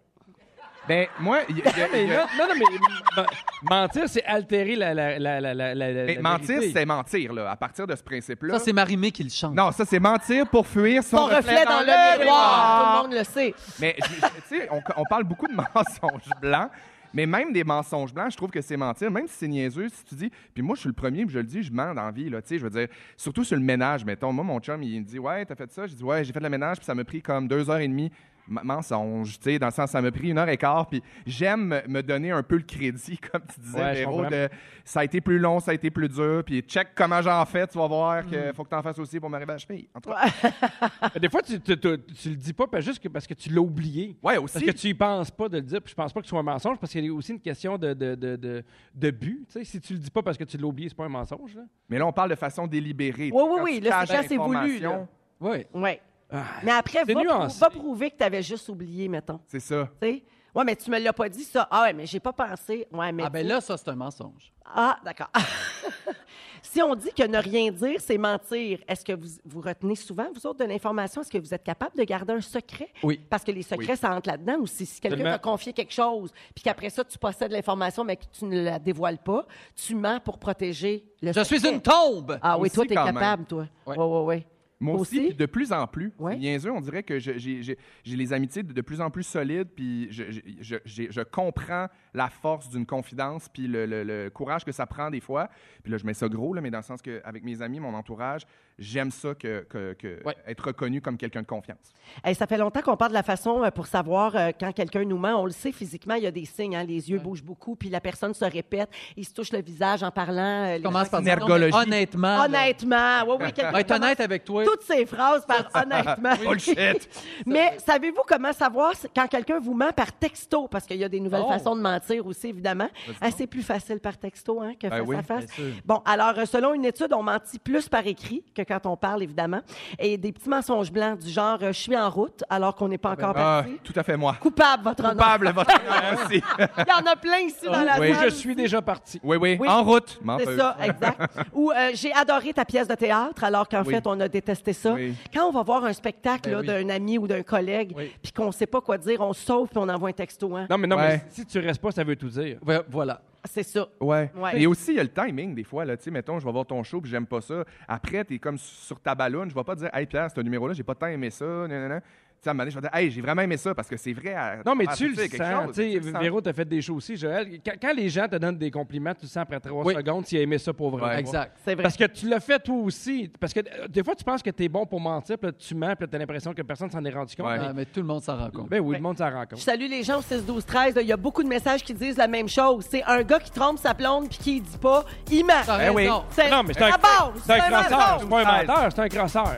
S2: Ben, moi, il y a- il y a-
S3: Mais
S2: il y a-
S3: là- non, non, mais ben, mentir, c'est altérer la. la, la, la, la, la-
S2: Mais
S3: la
S2: mentir,
S3: vérité.
S2: c'est mentir, là, à partir de ce principe-là.
S9: Ça, c'est Marimé qui le chante.
S2: Non, ça, c'est mentir pour fuir son,
S1: Ton reflet dans le miroir. Tout le monde le sait.
S2: Mais, je- je- tu sais, on, on parle beaucoup de mensonges blancs. Mais même des mensonges blancs, je trouve que c'est mentir. Même si c'est niaiseux, si tu dis... Puis moi, je suis le premier, puis je le dis, je mens dans la vie, là, tu sais, je veux dire... Surtout sur le ménage, mettons. Moi, mon chum, il me dit « Ouais, t'as fait ça? » Je dis « Ouais, j'ai fait le ménage, puis ça m'a pris comme deux heures et demie. » M- Mensonge, tu sais, dans le sens, ça m'a pris une heure et quart, puis j'aime me- me donner un peu le crédit, comme tu disais,
S3: Ouais, je
S2: Véro,
S3: comprends.
S2: de « Ça a été plus long, ça a été plus dur, puis check comment j'en fais, tu vas voir
S1: Hmm.
S2: que faut que t'en fasses aussi pour m'arriver à la cheville. » En tout cas,
S3: Des fois, tu, tu, tu- tu le dis pas parce- juste que parce que tu l'as oublié.
S2: ouais, aussi.
S3: Parce que tu y penses pas de le dire, puis je pense pas que ce soit un mensonge, parce qu'il y a aussi une question de, de, de, de, de but. tu sais. si tu le dis pas parce que tu l'as oublié, c'est pas un mensonge. Là.
S2: Mais là, on parle de façon délibérée.
S1: Oui, oui,
S2: Quand
S1: oui,
S2: tu
S1: le
S2: caches
S1: sachet, c'est voulu,
S2: l'information,
S1: là.
S9: Oui.
S1: Oui.
S3: Ah,
S1: Mais après,
S3: C'est
S1: va, prou-
S3: nuancé.
S1: va prouver que tu avais juste oublié, mettons.
S2: C'est ça.
S1: Tu sais? Ouais, mais tu me l'as pas dit, ça. Ah, ouais, mais j'ai pas pensé. Ouais, mais.
S9: Ah ben là, ça, c'est un mensonge.
S1: Ah, d'accord. si on dit que ne rien dire, c'est mentir, est-ce que vous, vous retenez souvent, vous autres, de l'information? Est-ce que vous êtes capable de garder un secret?
S9: Oui.
S1: Parce que les secrets, ça entre là-dedans aussi. Si quelqu'un
S3: Tellement.
S1: t'a confié quelque chose, puis qu'après ça, tu possèdes l'information, mais que tu ne la dévoiles pas, tu mens pour protéger le
S9: Je
S1: secret.
S9: suis une tombe!
S1: Ah oui,
S2: Aussi,
S1: toi, t'es
S2: quand même.
S1: capable, toi. Oui,
S9: Ouais.
S1: oui, oui.
S2: Moi aussi,
S1: Aussi?
S2: puis de plus en plus.
S1: Ouais.
S2: C'est Niaiseux, on dirait que je- j'ai j'ai- j'ai les amitiés de, de plus en plus solides, puis je, je, je- j'ai- je comprends la force d'une confidence, puis le, le- le courage que ça prend des fois. Puis là, je mets ça gros, là, mais dans le sens que avec mes amis, mon entourage, j'aime ça que, que- que-
S9: Ouais.
S2: être reconnu comme quelqu'un de confiance.
S1: Hey, ça fait longtemps qu'on parle de la façon euh, pour savoir euh, quand quelqu'un nous ment. On le sait physiquement, il y a des signes. hein, les yeux bougent beaucoup, puis la personne se répète. Il se touche le visage en parlant. euh, les-
S9: Commence par dire
S2: Nergologie.
S9: non, mais honnêtement. là.
S1: Honnêtement, oui, oui, quelqu'un
S9: Va être
S1: commence
S9: ben. honnête avec toi.
S1: Toutes ces phrases par honnêtement.
S2: Bullshit!
S1: Mais savez-vous comment savoir si- quand quelqu'un vous ment par texto? Parce qu'il y a des nouvelles
S9: Oh.
S1: façons de mentir aussi, évidemment.
S2: Vas-y
S1: Ah, c'est plus facile par texto hein, que
S2: Ben
S1: face
S2: oui,
S1: à face.
S9: bien sûr.
S1: Bon, alors, euh, selon une étude, on mentit plus par écrit que quand on parle, évidemment. Et des petits mensonges blancs du genre euh, je suis en route alors qu'on n'est pas encore
S2: Ah,
S1: parti.
S2: tout à fait moi.
S1: Coupable, votre honneur.
S2: Coupable, votre honneur aussi.
S1: Il y en a plein ici dans la
S3: Ou
S1: salle.
S3: je suis déjà parti.
S2: Oui, oui,
S1: Oui.
S2: en route.
S1: C'est
S2: Menteuse.
S1: ça, exact. Hein? Ou euh, j'ai adoré ta pièce de théâtre, alors qu'en
S2: Oui.
S1: fait, on a détesté ça.
S2: Oui.
S1: Quand on va voir un spectacle
S9: Ben
S1: là,
S9: oui.
S1: d'un ami ou d'un collègue,
S9: Oui.
S1: puis qu'on ne sait pas quoi dire, on se sauve puis on envoie un texto. Hein?
S3: Non, mais non,
S2: Ouais.
S3: mais si tu restes pas, ça veut tout dire.
S9: Ouais, voilà.
S1: C'est ça.
S2: Ouais.
S1: Ouais.
S2: Et aussi, il y a le timing, des fois. Là, tu sais, mettons, je vais voir ton show puis j'aime pas ça. Après, t'es comme sur ta ballonne. Je vais pas dire, hey Pierre, ce numéro-là, j'ai pas tant aimé ça. nanana. Tu sais, à un moment donné, je vais dire, hey, j'ai vraiment aimé ça parce que c'est vrai. à-
S3: Non, mais
S2: à-
S3: tu le
S2: sais,
S3: sens.
S2: quelque chose,
S3: tu sais,
S2: tu le sens.
S3: Véro, t'as fait des choses aussi, Joël. Quand, quand les gens te donnent des compliments, tu le sens après trois
S9: Oui.
S3: secondes s'ils aimaient ça pour vrai.
S2: Ouais.
S9: Exact.
S1: C'est vrai.
S3: Parce que tu l'as fait toi aussi. Parce que euh, des fois, tu penses que t'es bon pour mentir, puis là, tu mens, puis là, t'as l'impression que personne s'en est rendu compte.
S2: Ouais.
S9: Ah, mais tout le monde s'en rend compte.
S3: Ben oui, le monde s'en rend
S1: Je
S3: compte.
S1: salue les gens au 6, 12, 13. là. Il y a beaucoup de messages qui disent la même chose. C'est un gars qui trompe sa blonde puis qui dit pas, il ment.
S9: T'as
S2: Ben oui.
S9: raison.
S1: C'est
S3: Non, mais c'est un,
S1: la base,
S3: c'est un
S1: c'est la
S3: crosseur.
S1: base.
S3: C'est pas un menteur, c'est un crosseur.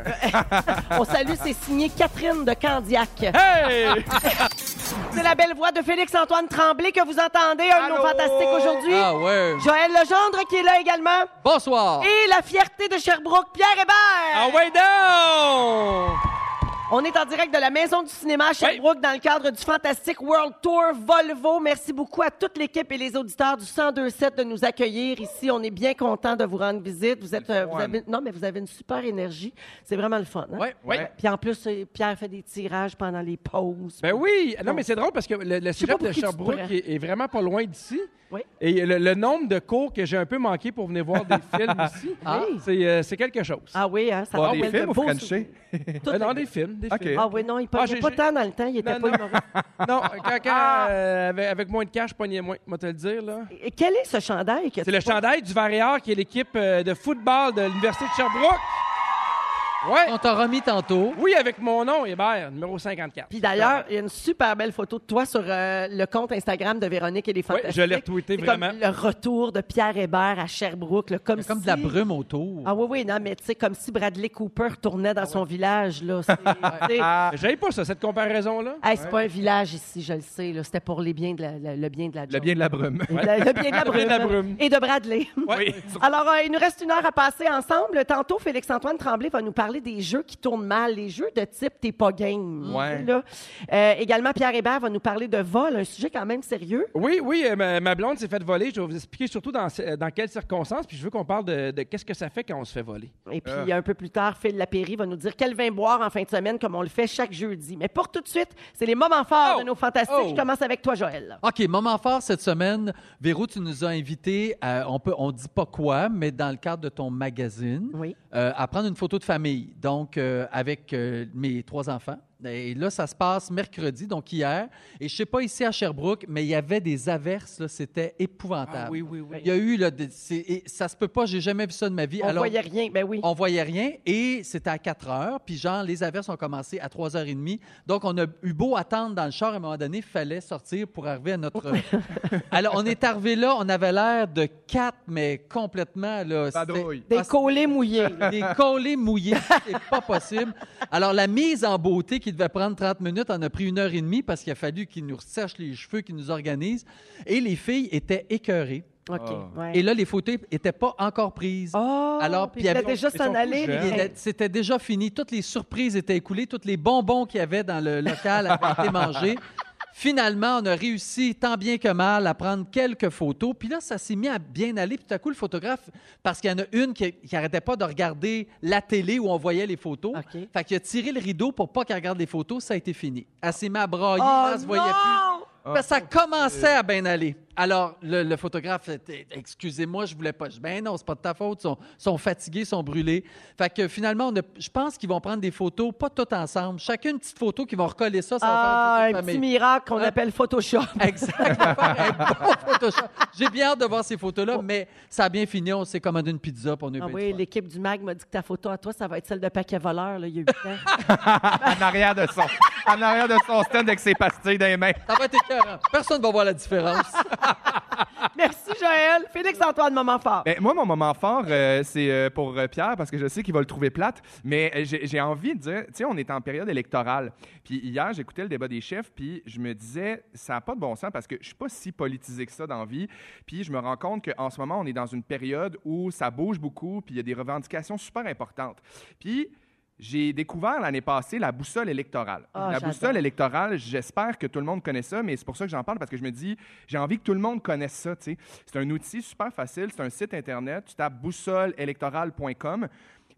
S1: On salue, c'est signé Catherine de Candiac.
S3: Hey!
S1: C'est la belle voix de Félix-Antoine Tremblay que vous entendez, un de nos
S2: Allô?
S1: fantastiques aujourd'hui.
S9: Ah ouais.
S1: Joël Legendre qui est là également.
S9: Bonsoir.
S1: Et la fierté de Sherbrooke, Pierre Hébert!
S3: Ah ouais, down!
S1: On est en direct de la Maison du cinéma à Sherbrooke dans le cadre du Fantastic World Tour Volvo. Merci beaucoup à toute l'équipe et les auditeurs du 1027 de nous accueillir ici. On est bien content de vous rendre visite. Vous êtes, euh, vous
S2: fun.
S1: avez- non mais vous avez une super énergie. C'est vraiment le fun. hein?
S9: Ouais, ouais.
S2: Ouais.
S1: Puis en plus, euh, Pierre fait des tirages pendant les pauses.
S3: Ben oui! Non, mais c'est drôle parce que le, le
S1: pas
S3: cégep
S1: pour
S3: de
S1: qui tu te
S3: Sherbrooke
S1: prends.
S3: est, est vraiment pas loin d'ici.
S1: Oui.
S3: Et le, le nombre de cours que j'ai un peu manqué pour venir voir des films ici,
S1: Ah.
S3: c'est, euh, c'est quelque chose.
S1: Ah oui, hein, ça
S2: Voir
S1: rappelle
S2: des
S1: de
S2: films ou
S1: beaux
S2: Frenchie?
S1: souvenirs. Tout
S3: Euh, non,
S1: est-
S3: des films. Des
S2: Ok.
S3: films.
S1: Ah oui, non, il
S3: Ah,
S1: parlait
S3: j'ai-
S1: pas
S3: j'ai-
S1: tant dans le temps, il était
S3: Non,
S1: pas
S3: non.
S1: humoriste.
S3: Non, quand,
S1: Ah.
S3: quand, euh, avec, avec moins de cash, je pognais moins, moi te le dire. là.
S1: Et Quel est ce chandail que
S3: C'est
S1: tu
S3: le
S1: portes?
S3: chandail du Varéor qui est l'équipe euh, de football de l'Université de Sherbrooke. Ouais.
S9: On t'a remis tantôt.
S3: Oui, avec mon nom, Hébert, numéro 54.
S1: Puis d'ailleurs, il y a une super belle photo de toi sur euh, le compte Instagram de Véronique et les Fantastiques.
S3: je l'ai retweeté
S1: C'est
S3: vraiment.
S1: Comme le retour de Pierre Hébert à Sherbrooke, là, comme,
S9: Il y a comme
S1: si-
S9: de la brume autour.
S1: Ah oui, oui, non, mais tu sais, comme si Bradley Cooper tournait
S9: Ah
S1: dans son village, là. C'est tu sais,
S3: Ah. J'aime pas ça, cette comparaison-là.
S1: hey, c'est pas un village ici, je le sais, là. C'était pour les biens de la- la- le bien de la
S2: Le bien de la brume.
S1: Le, le bien de la
S3: Le bien de la
S1: brume.
S3: brume.
S1: Et de Bradley.
S3: Oui.
S1: Alors, euh, il nous reste une heure à passer ensemble. Tantôt, Félix-Antoine Tremblay va nous parler parler des jeux qui tournent mal, les jeux de type t'es pas game.
S2: Ouais.
S1: Là. Euh, également, Pierre Hébert va nous parler de vol, un sujet quand même sérieux.
S3: Oui, oui, euh, ma, ma blonde s'est faite voler. Je vais vous expliquer surtout dans, ce- dans quelles circonstances. Puis je veux qu'on parle de, de qu'est-ce que ça fait quand on se fait voler.
S1: Et puis,
S3: Euh.
S1: un peu plus tard, Phil Lapéry va nous dire quel vin boire en fin de semaine, comme on le fait chaque jeudi. Mais pour tout de suite, c'est les moments forts
S3: Oh!
S1: de nos fantastiques.
S3: Oh!
S1: Je commence avec toi, Joël.
S9: OK, moment fort cette semaine. Véro, tu nous as invités, à, on peut, on dit pas quoi, mais dans le cadre de ton magazine,
S1: Oui.
S9: euh, à prendre une photo de famille. Donc, euh, avec euh, mes trois enfants. Et là, ça se passe mercredi, donc hier. Et je sais pas ici à Sherbrooke, mais il y avait des averses, là, c'était épouvantable.
S3: Ah oui, oui.
S9: Il y a eu, là, des- c'est- et ça se peut pas, j'ai jamais vu ça de ma vie.
S1: On
S9: Alors,
S1: voyait rien, ben oui.
S9: on voyait rien et c'était à 4 heures. Puis, genre, les averses ont commencé à 3h30. Donc, on a eu beau attendre dans le char. À un moment donné, il fallait sortir pour arriver à notre. Alors, on est arrivé là. On avait l'air de quatre, mais complètement. Là, c'était-
S2: Padrouille.
S1: Des
S9: Ah,
S1: collés mouillés.
S9: des collés mouillés, c'est pas possible. Alors, la mise en beauté qui devait prendre 30 minutes en a pris une heure et demie parce qu'il a fallu qu'ils nous sèchent les cheveux, qu'ils nous organisent. Et les filles étaient écœurées.
S1: OK.
S2: Oh.
S1: ouais.
S9: Et là, les photos n'étaient pas encore prises.
S1: Oh,
S9: Alors,
S1: puis
S9: puis
S1: il
S9: il y
S1: a
S9: avait-
S1: déjà
S3: ils
S1: s'en
S3: sont
S1: aller.
S3: tous
S1: les
S9: Et
S3: jeunes.
S1: gars.
S9: là, C'était déjà fini. Toutes les surprises étaient écoulées. Tous les bonbons qu'il y avait dans le local avaient été mangés. Finalement, on a réussi tant bien que mal à prendre quelques photos. Puis là, ça s'est mis à bien aller. Puis tout à coup, le photographe, parce qu'il y en a une qui n'arrêtait pas de regarder la télé où on voyait les photos.
S1: OK.
S9: Fait qu'il a tiré le rideau pour pas qu'elle regarde les photos. Ça a été fini. Elle s'est mis à brailler.
S1: Oh,
S9: elle Ah, se voyait plus.
S1: non!
S3: Ah,
S9: Ben, ça commençait à bien aller. Alors, le, le photographe, était, excusez-moi, je voulais pas. Je dis, Ben non, c'est pas de ta faute. Ils sont, sont fatigués, ils sont brûlés. Fait que finalement, on a- je pense qu'ils vont prendre des photos, pas toutes ensemble. Chacune une petite photo qu'ils vont recoller ça. ça va
S1: Ah,
S9: faire une
S1: un
S9: photo de
S1: petit
S9: famille.
S1: miracle qu'on
S9: Ah.
S1: appelle Photoshop.
S9: Exact. on va faire un beau Photoshop. J'ai bien hâte de voir ces photos-là, mais ça a bien fini. On s'est commandé une pizza pour nous.
S1: Oh. Ah oui, l'équipe du MAG m'a dit que ta photo à toi, ça va être celle de paquet voleur, là, il y a huit ans.
S2: En arrière de son, en arrière de son stand avec ses pastilles dans les mains.
S9: Ça va être écœurant. Personne va voir la différence.
S1: Merci, Joël. Félix-Antoine, moment fort.
S2: Ben, moi, mon moment fort, euh, c'est euh, pour euh, Pierre, parce que je sais qu'il va le trouver plate, mais euh, j'ai j'ai envie de dire, tu sais, on est en période électorale. Puis hier, j'écoutais le débat des chefs, puis je me disais, ça n'a pas de bon sens parce que je suis pas si politisé que ça dans la vie. Puis je me rends compte qu'en ce moment, on est dans une période où ça bouge beaucoup, puis il y a des revendications super importantes. Puis. J'ai découvert l'année passée la boussole électorale.
S1: Ah,
S2: la
S1: j'adore.
S2: boussole électorale, j'espère que tout le monde connaît ça, mais c'est pour ça que j'en parle parce que je me dis, j'ai envie que tout le monde connaisse ça. tu sais. C'est un outil super facile, c'est un site internet, tu tapes boussoleélectorale.com,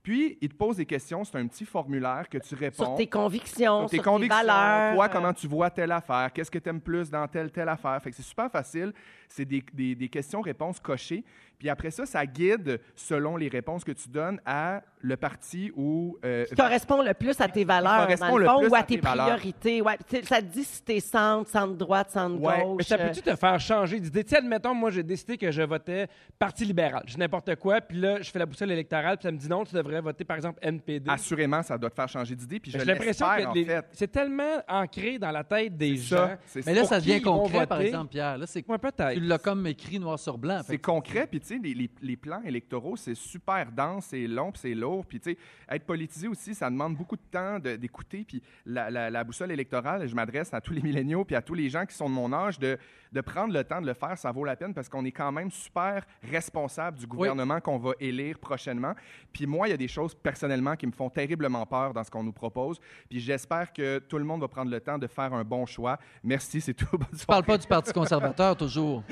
S2: puis il te pose des questions, c'est un petit formulaire que tu réponds.
S1: Sur tes convictions,
S2: Donc,
S1: sur tes, valeurs. euh.
S2: toi, comment tu vois telle affaire, qu'est-ce que tu aimes plus dans telle, telle affaire. Fait que c'est super facile. C'est des, des- des questions-réponses cochées. Puis après ça, ça guide selon les réponses que tu donnes à le parti ou. euh,
S1: qui correspond le plus à tes valeurs,
S2: correspond
S1: dans le
S2: le
S1: fond,
S2: plus
S1: ou à
S2: à
S1: tes
S2: tes valeurs.
S1: priorités. Ouais, tu sais, ça te dit si t'es centre, centre droite, centre
S2: Ouais, mais
S1: gauche.
S3: Mais ça peut-tu te faire changer d'idée? Tu sais, admettons, moi, j'ai décidé que je votais Parti libéral. Je dis n'importe quoi, puis là, je fais la boussole électorale, puis ça me dit non, tu devrais voter, par exemple, NPD.
S2: assurément, ça doit te faire changer d'idée. Puis Ah, je
S3: J'ai l'impression
S2: l'espère,
S3: que
S2: en
S3: les-
S2: fait.
S3: c'est tellement ancré dans la tête des
S2: C'est ça,
S3: gens.
S2: c'est
S9: Mais là,
S3: Pour
S9: ça
S3: qui
S9: devient
S3: ils vont
S9: concret, par
S3: voter?
S9: exemple, Pierre. Là, c'est...
S3: Ouais, peut-être.
S9: Tu l'as comme écrit noir sur blanc. Fait
S2: C'est
S9: que-
S2: concret, puis tu sais, les, les- les plans électoraux, c'est super dense, c'est long, puis c'est lourd, puis tu sais, être politisé aussi, ça demande beaucoup de temps de- d'écouter, puis la, la- la boussole électorale, je m'adresse à tous les milléniaux, puis à tous les gens qui sont de mon âge, de, de prendre le temps de le faire, ça vaut la peine, parce qu'on est quand même super responsable du gouvernement qu'on va élire prochainement. Puis moi, il y a des choses personnellement qui me font terriblement peur dans ce qu'on nous propose, puis j'espère que tout le monde va prendre le temps de faire un bon choix. Merci, c'est tout. Bonne
S9: Tu
S2: soirée.
S9: parles pas du Parti conservateur, toujours.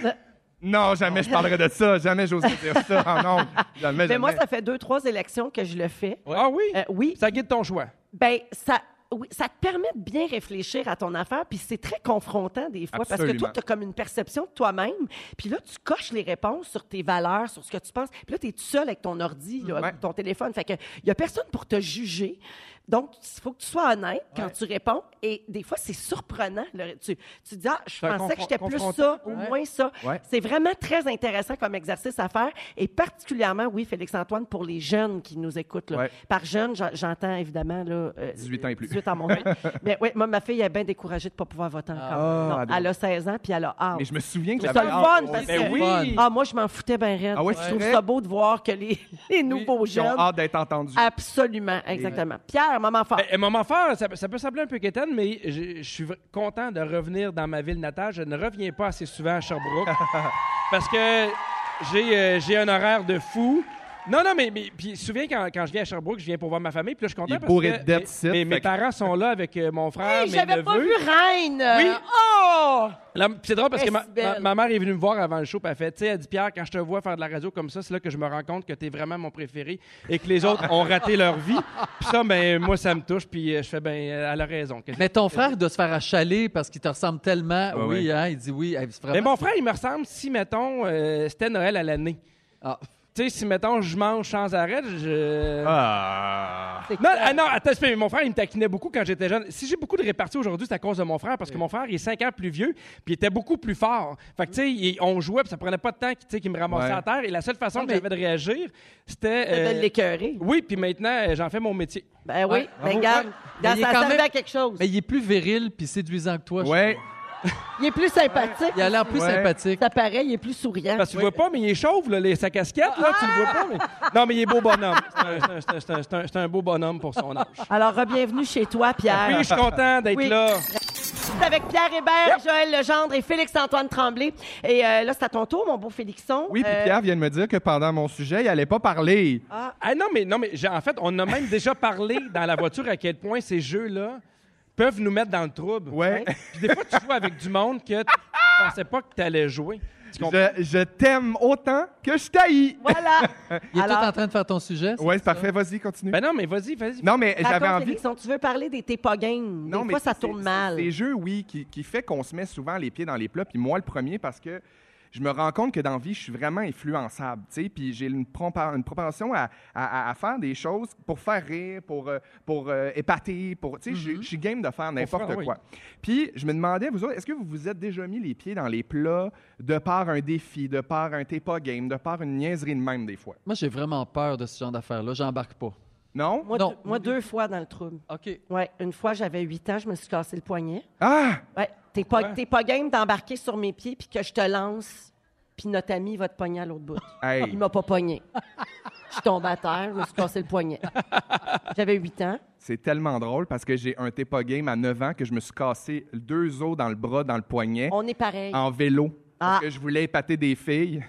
S2: Non, jamais je parlerai de ça. Jamais j'oserais dire ça en nombre. Jamais,
S1: euh. Mais
S2: jamais.
S1: moi, ça fait deux, trois élections que je le fais.
S3: Ah oui?
S1: Euh, oui,
S3: Ça guide ton choix.
S1: ben ça... oui, ça te permet de bien réfléchir à ton affaire, puis c'est très confrontant des fois, parce que
S2: Absolument.
S1: toi, tu as comme une perception de toi-même, puis là, tu coches les réponses sur tes valeurs, sur ce que tu penses, puis là, tu es tout seul avec ton ordi, là,
S2: Ouais.
S1: ou ton téléphone, fait que il y a personne pour te juger. Donc, il faut que tu sois honnête quand tu réponds, et des fois, c'est surprenant. là. tu, tu dis, ah, je
S3: Ça
S1: pensais que
S3: confron-
S1: j'étais plus
S3: confrontant.
S1: ça, ou moins ça.
S2: Ouais.
S1: C'est vraiment très intéressant comme exercice à faire, et particulièrement, oui, Félix-Antoine, pour les jeunes qui nous écoutent. là.
S2: Ouais.
S1: Par jeune, j'en- j'entends évidemment là, euh,
S2: 18 ans et plus.
S1: 18 ans, mon Dieu. Mais oui, moi, ma fille est bien découragée de ne pas pouvoir voter encore.
S2: Ah,
S1: Non,
S2: ah, donc.
S1: elle a 16 ans, puis elle a hâte.
S2: Mais je me souviens que
S1: Mais
S2: j'avais
S1: c'est le
S2: hâte.
S1: fun, parce
S2: Mais
S1: que-
S2: oui,
S1: Ah, moi, je m'en foutais bien raide.
S2: Ah ouais,
S1: je
S2: c'est
S1: trouve
S2: vrai?
S1: ça beau de voir que les, les nouveaux
S2: ils
S1: jeunes...
S2: ont hâte d'être entendus.
S1: Ah, Absolument, exactement. Pierre, maman fort.
S2: Ah.
S3: Ben, un moment fort, ça, ça peut sembler un peu quétaine, mais je, je suis vr- content de revenir dans ma ville natale. Je ne reviens pas assez souvent à Sherbrooke parce que j'ai euh, j'ai un horaire de fou. Non, non, mais, mais puis, souviens quand, quand je viens à Sherbrooke, je viens pour voir ma famille, puis là, je suis content
S2: Il est
S3: parce
S2: bourré
S3: que
S2: de dettes,
S3: mes-
S2: c'est-
S3: mes, mes
S2: fait que-
S3: parents sont là avec euh, mon frère,
S1: Hey,
S3: mes
S1: J'avais pas
S3: neveux.
S1: vu Reine.
S3: Oui.
S1: Oh!
S3: Là, pis c'est drôle parce que
S1: Elle
S3: ma,
S1: est si belle.
S3: ma- ma mère est venue me voir avant le show, puis elle fait, tu sais, elle dit Pierre, quand je te vois faire de la radio comme ça, c'est là que je me rends compte que t'es vraiment mon préféré et que les autres ont raté leur vie. Puis ça, ben moi, ça me touche, puis euh, je fais, ben euh, elle a raison. Qu'est-ce que-
S9: Mais ton frère doit se faire achaler parce qu'il te ressemble tellement.
S3: Ouais,
S9: oui,
S3: ouais.
S9: hein, il dit oui. eh, c'est vraiment-
S3: Mais mon frère, il me ressemble si, mettons, euh, c'était Noël à l'année.
S9: Ah.
S3: Tu sais, si, mettons, je mange sans arrêt, je.
S2: Ah.
S3: Non, ah non, attends, c'est pas- mon frère, il me taquinait beaucoup quand j'étais jeune. Si j'ai beaucoup de réparties aujourd'hui, c'est à cause de mon frère, parce que mon frère, il est 5 ans plus vieux, puis il était beaucoup plus fort. Fait que, tu sais, il- on jouait, puis ça prenait pas de temps qu'il tu sais, qu'il me ramassait
S2: Ouais.
S3: à terre. Et la seule façon que
S9: mais-
S3: j'avais de réagir, c'était.
S1: C'était de
S3: euh,
S1: l'écœurer.
S3: oui, puis maintenant, euh, j'en fais mon métier.
S1: Ben oui.
S9: Ouais.
S1: Ben
S9: Bravo.
S1: regarde,
S9: Ouais.
S1: dans-
S9: Mais il est
S1: ça
S9: quand
S1: servait
S9: même-
S1: à quelque chose.
S9: Mais il est plus viril puis séduisant que toi. je
S2: Ouais.
S1: Il est plus sympathique.
S9: Il a l'air plus
S2: Ouais.
S9: sympathique.
S1: Ça paraît, il est plus souriant.
S3: Parce que tu le vois pas, mais il est chauve, là, les, sa casquette, là, tu le vois pas. mais- Non, mais il est beau bonhomme. C'est un- c'est un- c'est un- c'est un- c'est un- c'est un beau bonhomme pour son âge.
S1: Alors, bienvenue chez toi, Pierre.
S3: Oui, je suis content d'être
S1: Oui.
S3: là.
S1: C'est avec Pierre Hébert, Joël Legendre et Félix-Antoine Tremblay. Et euh, là, c'est à ton tour, mon beau Félixon.
S2: Oui, puis
S1: Euh,
S2: Pierre vient de me dire que pendant mon sujet, il allait pas parler.
S3: Ah non, mais, non, mais j'ai- en fait, on a même déjà parlé dans la voiture à quel point ces jeux-là peuvent nous mettre dans le trouble.
S2: Ouais.
S3: Puis des fois, tu joues avec du monde que tu pensais pas que tu allais jouer. Tu comprends?
S2: Je, je t'aime autant que je t'haïs.
S1: Voilà.
S9: Il est
S1: Alors,
S9: tout en train de faire ton sujet. c'est
S2: Ouais, c'est
S9: ça?
S2: parfait. Vas-y, continue.
S3: Ben non, mais vas-y, vas-y.
S2: non, mais j'avais
S1: raconte,
S2: envie.
S1: Félixon, tu veux parler des t'es pas game. Des fois, ça
S2: c'est-
S1: tourne
S2: c'est-
S1: mal.
S2: C'est des jeux, oui, qui, qui fait qu'on se met souvent les pieds dans les plats. Puis moi, le premier, parce que je me rends compte que dans la vie, je suis vraiment influençable. tu sais, Puis j'ai une, propa- une propension à, à- à- à faire des choses pour faire rire, pour, euh, pour euh, épater. Pour, tu sais,
S1: Mm-hmm.
S2: je- Je suis game de faire n'importe
S3: faire, oui.
S2: quoi. Puis je me demandais, vous autres, est-ce que vous vous êtes déjà mis les pieds dans les plats de par un défi, de par un t'es pas game, de par une niaiserie de même des fois?
S9: Moi, j'ai vraiment peur de ce genre d'affaires-là. J'embarque pas.
S2: Non?
S1: Moi,
S9: Non.
S1: deux- moi, deux fois dans le trouble.
S9: OK.
S1: Ouais, une fois, j'avais 8 ans, je me suis cassé le poignet.
S2: Ah!
S1: Ouais, t'es pas,
S3: Ouais.
S1: t'es pas game d'embarquer sur mes pieds puis que je te lance, puis notre ami va te pogner à l'autre bout.
S2: Hey.
S1: Il m'a pas pogné. Je suis tombée à terre, je me suis cassé le poignet. J'avais 8 ans.
S2: C'est tellement drôle parce que j'ai un TEPA game à 9 ans que je me suis cassé deux os dans le bras, dans le poignet,
S1: On est pareil.
S2: en vélo.
S1: Ah. Ah.
S2: Parce que je voulais épater des filles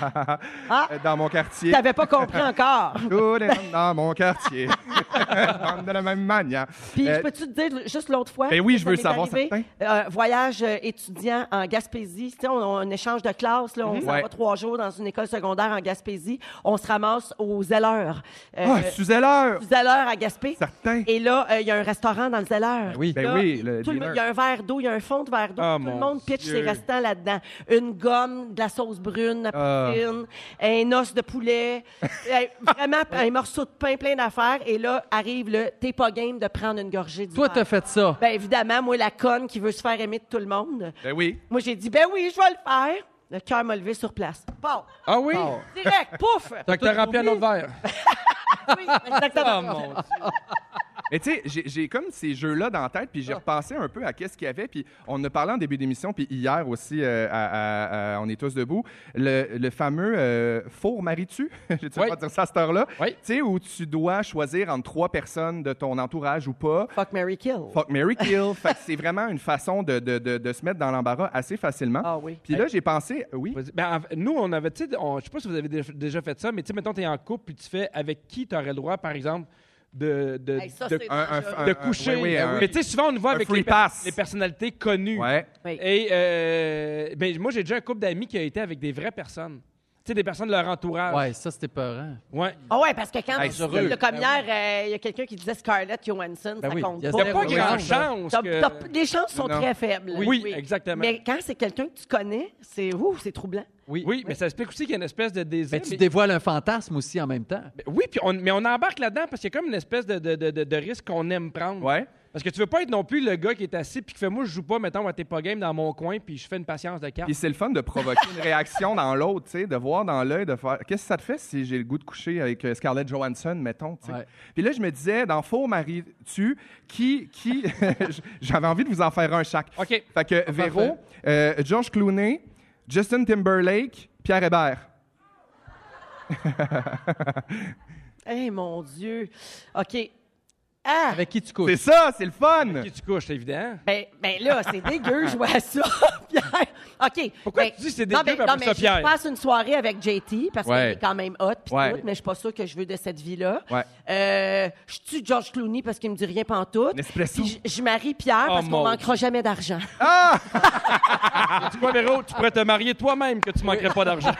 S2: dans mon quartier.
S1: T'avais pas compris encore.
S2: Tous les hommes dans mon quartier. de la même manière.
S1: Puis,
S2: Euh,
S1: je peux-tu te dire juste l'autre fois?
S2: Ben oui,
S1: que
S2: je
S1: ça
S2: veux
S1: m'est
S2: savoir
S1: arrivé?
S2: certain.
S1: Euh, voyage euh, étudiant en Gaspésie. Tu sais, on, on a un échange de classe. Là, on s'en
S2: Mhm. Ouais.
S1: va trois jours dans une école secondaire en Gaspésie. On se ramasse aux Zelleurs. Euh,
S2: Ah, Suzelle-Heure!
S1: aux Zelleurs à Gaspé.
S2: Certain.
S1: Et là, euh, il y a un restaurant dans le Zeller.
S9: oui.
S2: Ben
S1: Là,
S2: oui, le
S1: tout le monde-
S2: dealer.
S1: il y a un verre d'eau, il y a un fond de verre d'eau.
S3: Ah,
S1: tout le
S3: mon
S1: monde pitch ses
S3: Dieu.
S1: restants là-dedans. Une gomme, de la sauce brune, la
S2: Ah.
S1: poutine, un os de poulet, euh, vraiment un morceau de pain plein d'affaires. Et là, arrive le « t'es pas game de prendre une gorgée du
S9: Toi,
S1: verre.
S9: t'as fait ça.
S1: Ben évidemment, moi, la conne qui veut se faire aimer de tout le monde.
S2: Ben oui.
S1: Moi, j'ai dit « ben oui, je vais le faire ». Le cœur m'a levé sur place. Bon,
S3: Ah oui?
S1: direct, pouf!
S3: Fait que t'as rempli un autre verre.
S1: Oui, exactement.
S2: Mais tu sais, j'ai- j'ai comme ces jeux-là dans la tête, puis
S3: Ah.
S2: j'ai repensé un peu à qu'est-ce qu'il y avait, puis on en a parlé en début d'émission, puis hier aussi, euh, à- à- à On est tous debout, le, le fameux euh, four marie-tu, je ne
S3: Oui.
S2: pas dire ça à cette heure-là,
S3: Oui.
S2: tu sais, où tu dois choisir entre trois personnes de ton entourage ou pas,
S1: Fuck, Mary kill.
S2: Fuck, Mary Kill. Fait que c'est vraiment une façon de, de- de- de se mettre dans l'embarras assez facilement.
S1: Ah oui.
S2: Puis là, j'ai pensé, oui,
S3: Vas-y. Ben, en- nous, on avait, tu sais, on- je sais pas si vous avez dé- déjà fait ça, mais tu sais, mettons, t'es en couple, puis tu fais avec qui t'aurais le droit, par exemple, de, de,
S1: Hey, ça,
S3: de-
S1: c'est
S2: un, un- un-
S3: de
S2: un-
S3: coucher. Ben
S2: oui, oui, un-
S3: Mais tu sais, souvent, on nous voit
S2: un
S3: avec
S2: free
S3: les, per-
S2: pass.
S3: les personnalités connues.
S2: Ouais.
S1: Oui.
S3: Et euh, ben, moi, j'ai déjà un couple d'amis qui a été avec des vraies personnes. Tu sais, des personnes de leur entourage.
S9: Ouais, ça, c'était peurant.
S3: Ouais.
S1: Ah ouais, parce que quand
S2: Hey,
S1: tu le
S3: Ben
S1: commière, euh, il y a quelqu'un qui disait Scarlett Johansson, ça
S9: oui,
S1: compte
S9: il y a
S1: pas.
S3: Il n'y a
S9: Ben
S3: pas
S9: oui,
S3: grand
S9: oui.
S3: chance.
S1: T'as-
S3: que-
S1: t'as- les chances sont
S2: Non.
S1: très faibles.
S3: Oui, exactement.
S1: Mais quand c'est quelqu'un que tu connais, c'est ouh, c'est troublant.
S9: Oui.
S3: Oui, mais ça explique aussi qu'il y a une espèce de désir.
S9: Mais tu
S3: mais- Ben,
S9: dévoiles un fantasme aussi en même temps.
S3: mais- oui, puis on, mais on embarque là-dedans parce qu'il y a comme une espèce de, de- de- de- de risque qu'on aime prendre.
S2: Ouais.
S3: Parce que tu veux pas être non plus le gars qui est assis puis qui fait moi je joue pas mettons à t'es pas game dans mon coin puis je fais une patience de carte.
S2: Puis c'est le fun de provoquer une réaction dans l'autre, tu sais, de voir dans l'œil, de faire qu'est-ce que ça te fait si j'ai le goût de coucher avec euh, Scarlett Johansson, mettons. tu sais?
S9: Ouais.
S2: Puis là, je me disais, dans Faux Marie Tu, qui, qui, j'avais envie de vous en faire un chaque.
S3: OK.
S2: Fait que
S1: Oh,
S2: Véro, euh, George Clooney, Justin Timberlake, Pierre Hébert.
S1: Eh mon Dieu. OK. Ah!
S9: Avec qui tu
S2: C'est
S9: couches?
S2: ça, c'est le fun.
S3: Qui tu couches, c'est évident. hein?
S1: Ben, ben là, c'est dégueu jouer à ça, Pierre. OK.
S3: Pourquoi
S1: ben,
S3: tu dis c'est
S1: non, ben,
S3: dégueu, puis
S1: non,
S3: après
S1: mais
S3: ça, Pierre?
S1: Je passe une soirée avec JT parce qu'il
S2: Ouais.
S1: est quand même hot, puis
S2: Ouais.
S1: tout, mais je suis pas sûre que je veux de cette vie-là.
S2: Ouais.
S1: Euh, je tue George Clooney parce qu'il me dit rien pantoute.
S2: Nespresso.
S1: Puis je, je marie Pierre
S3: Oh,
S1: parce qu'on
S3: mon
S1: manquera jamais d'argent.
S3: Tu vois, Véro, tu pourrais te marier toi-même que tu manquerais pas d'argent.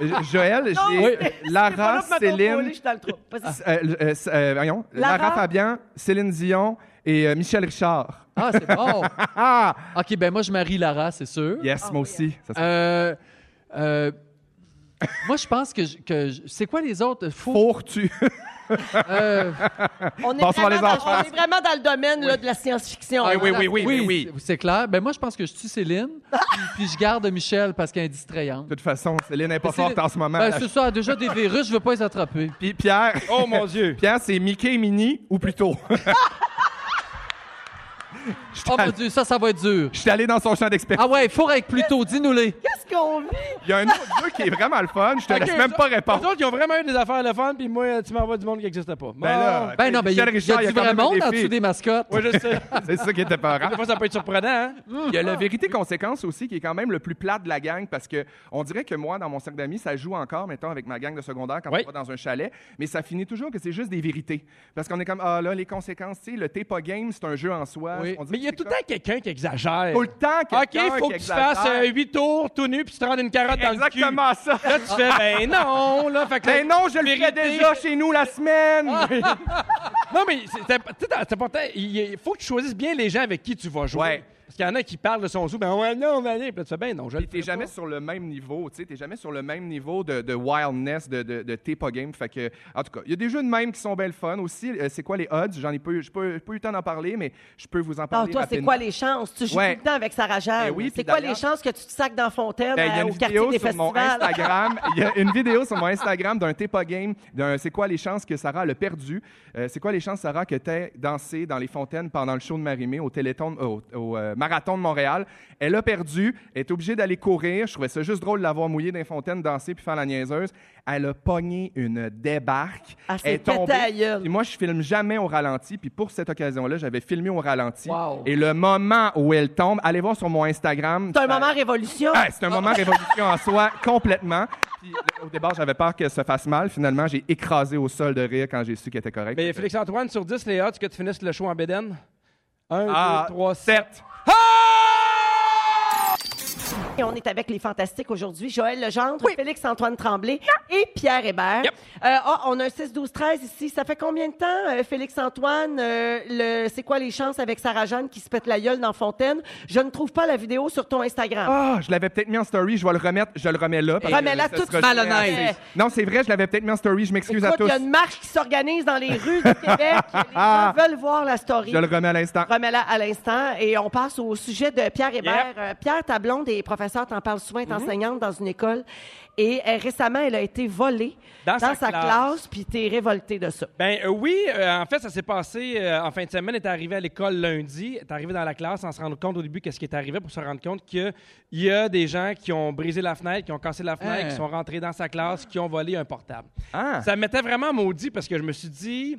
S2: Euh, Joël, j'ai
S1: C'est pas là
S2: Lara,
S1: pour ma contrôler,
S2: Céline,
S1: Je suis dans le trou. Vas-y.
S2: euh, euh, euh, voyons,
S1: Lara.
S2: Lara. Fabian, Céline Dion et euh, Michel Richard.
S9: Ah, c'est bon.
S2: Ah,
S9: OK, ben moi, je marie Lara, c'est sûr.
S2: yes,
S1: Ah,
S2: moi aussi. Ça, serait-
S9: Euh, euh, moi, je pense que... je- que je- c'est quoi les autres? Faux.
S2: Pour tu.
S9: euh,
S1: On est,
S2: Bonsoir,
S1: vraiment
S2: les
S1: dans,
S2: enfants.
S1: on est vraiment dans le domaine là, de la science-fiction.
S2: Ah,
S1: là.
S2: oui, oui, oui, oui, oui.
S9: c'est- C'est clair. Ben moi, je pense que je tue Céline, puis- puis je garde Michel parce qu'elle est distrayante.
S2: De toute façon, Céline n'est pas
S9: Céline-
S2: forte en ce moment.
S9: Ben,
S2: La-
S9: c'est ça. Déjà, des virus, je veux pas les attraper.
S2: Puis Pierre,
S3: Oh mon Dieu.
S2: Pierre, c'est Mickey et Minnie ou plutôt.
S9: Oh mon Dieu, ça, ça va être dur.
S2: Je suis allé dans son champ d'expertise.
S9: Ah ouais, faut être plus tôt, dis-nous-les.
S1: Qu'est-ce qu'on vit?
S2: Il y a un autre jeu qui est vraiment le fun. Je te laisse même pas
S3: Les
S2: répondre.
S3: autres, ils ont vraiment eu des affaires à la fun, puis moi, tu m'envoies du monde qui n'existe pas. Bon.
S2: Ben là,
S9: Ben non, ben il y a,
S2: Michel
S9: il y
S2: Richard,
S9: a du
S2: quand
S9: vrai
S2: même
S9: monde
S2: des
S9: en dessous
S2: filles.
S9: des mascottes.
S3: Ouais, je sais.
S2: C'est ça qui était peurant.
S3: Des fois, ça peut être surprenant, hein?
S2: Il y a la vérité conséquence aussi qui est quand même le plus plat de la gang parce que on dirait que moi, dans mon cercle d'amis, ça joue encore, mettons, avec ma gang de secondaire quand
S3: Oui.
S2: on va dans un chalet, mais ça finit toujours que c'est juste des vérités. Parce qu'on est comme, ah là, les conséquences, tu sais, le t'es pas game, c'est un jeu en soi.
S9: Oui.
S2: Ah, On dirait
S3: Mais il y a
S2: que
S3: tout
S2: c'est
S3: le temps quelqu'un qui exagère.
S2: comme- tout le temps
S3: OK,
S2: quelqu'un
S3: faut
S2: qui
S3: que tu
S2: exagère.
S3: fasses euh, huit tours tout nu, puis tu te rendes une carotte dans le cul.
S2: Exactement ça.
S3: Là, tu fais, ben non, là. Fait que là,
S2: Ben non, je le fais
S3: vérité. Ah!
S2: déjà chez nous la semaine.
S3: Non, mais c'est- c'est imp- tu sais, c'est important. Il il faut que tu choisisses bien les gens avec qui tu vas jouer.
S2: Ouais.
S3: Parce qu'il y en a qui parlent de son sou. Ben ouais, non, on va aller. Puis là, tu fais, ben non, je le
S2: Puis t'es
S3: fais
S2: jamais
S3: pas.
S2: sur le même niveau, tu sais, t'es jamais sur le même niveau de, de wildness, de, de, de t'es pas game. Fait que, en tout cas, il y a des jeux de même qui sont belles fun aussi. Euh, c'est quoi les odds? J'en ai pas eu, j'ai pas, eu- pas eu le temps d'en parler, mais je peux vous en
S1: Ah,
S2: parler
S1: toi, c'est
S2: rapidement.
S1: quoi les chances? Tu joues
S2: Ouais.
S1: tout le temps avec Sarah Jeanne.
S2: Ben oui,
S1: c'est
S2: puis
S1: quoi les
S2: d'ailleurs-
S1: chances que tu te sacs dans Fontaine
S2: Ben, il y a
S1: euh,
S2: une
S1: au quartier
S2: vidéo
S1: des
S2: sur mon
S1: festivals?
S2: Instagram. Il y a une vidéo sur mon Instagram d'un T'es pas game, d'un C'est quoi les chances que Sarah le perdu? Euh, c'est quoi les chances, Sarah, que t'aies dansé dans les fontaines pendant le show de Marimé au, téléthon, au, au, euh, marathon de Montréal? Elle a perdu, elle est obligée d'aller courir. Je trouvais ça juste drôle de l'avoir mouillée dans les fontaines, danser puis faire la niaiseuse. Elle a pogné une débarque.
S1: Elle s'est
S2: Elle est tombée.
S1: pétée Ah, à gueule.
S2: Puis moi, je filme jamais au ralenti. Puis pour cette occasion-là, j'avais filmé au ralenti.
S9: Wow.
S2: Et le moment où elle tombe, allez voir sur mon Instagram.
S1: C'est un
S2: Ça-
S1: moment révolution.
S2: ah, c'est un moment révolution en soi, complètement. Puis, le- au départ, j'avais peur que ça fasse mal. Finalement, j'ai écrasé au sol de rire quand j'ai su qu'elle était correcte.
S3: Mais Félix-Antoine, sur 10, les odds que tu finisses le show en Bédène? 1,
S2: Ah,
S3: 2, 3, 7.
S2: certes.
S1: Et on est avec les fantastiques aujourd'hui. Joël Legendre, Félix-Antoine Tremblay et Pierre Hébert. Euh, ah, on a un 6-12-13 ici. Ça fait combien de temps, euh, Félix-Antoine, euh, le c'est quoi les chances avec Sarah-Jeanne qui se pète la gueule dans Fontaine? Je ne trouve pas la vidéo sur ton Instagram.
S2: Ah, je l'avais peut-être mis en story. Je vais le remettre. Je le remets là. parce que
S1: Remets-la
S2: ce
S1: toute
S2: euh, sera
S1: malhonnête.
S2: jamais assez. Non, c'est vrai. Je l'avais peut-être mis en story. Je m'excuse à
S1: Écoute, il
S2: tous. Ah!
S1: y a une marche qui s'organise dans les rues du Québec. Les gens veulent voir la story.
S2: Je le remets à l'instant.
S1: Remets-la à l'instant et on passe au sujet de Pierre Hébert. Euh, Pierre Tablon, des professeurs, t'en parles souvent, est
S2: Mhm.
S1: enseignante dans une école et euh, récemment, elle a été volée
S3: Dans
S1: dans,
S3: sa
S1: sa,
S3: classe.
S1: classe, puis t'es révolté de ça.
S3: Ben euh, oui, euh, en fait, ça s'est passé euh, en fin de semaine. Elle est arrivée à l'école lundi. Elle est arrivée dans la classe sans se rendre compte au début qu'est-ce qui est arrivé pour se rendre compte qu'il y a des gens qui ont brisé la fenêtre, qui ont cassé la fenêtre,
S9: Hein?
S3: qui sont rentrés dans sa classe, qui ont volé un portable.
S2: Ah.
S3: Ça me mettait vraiment maudit parce que je me suis dit,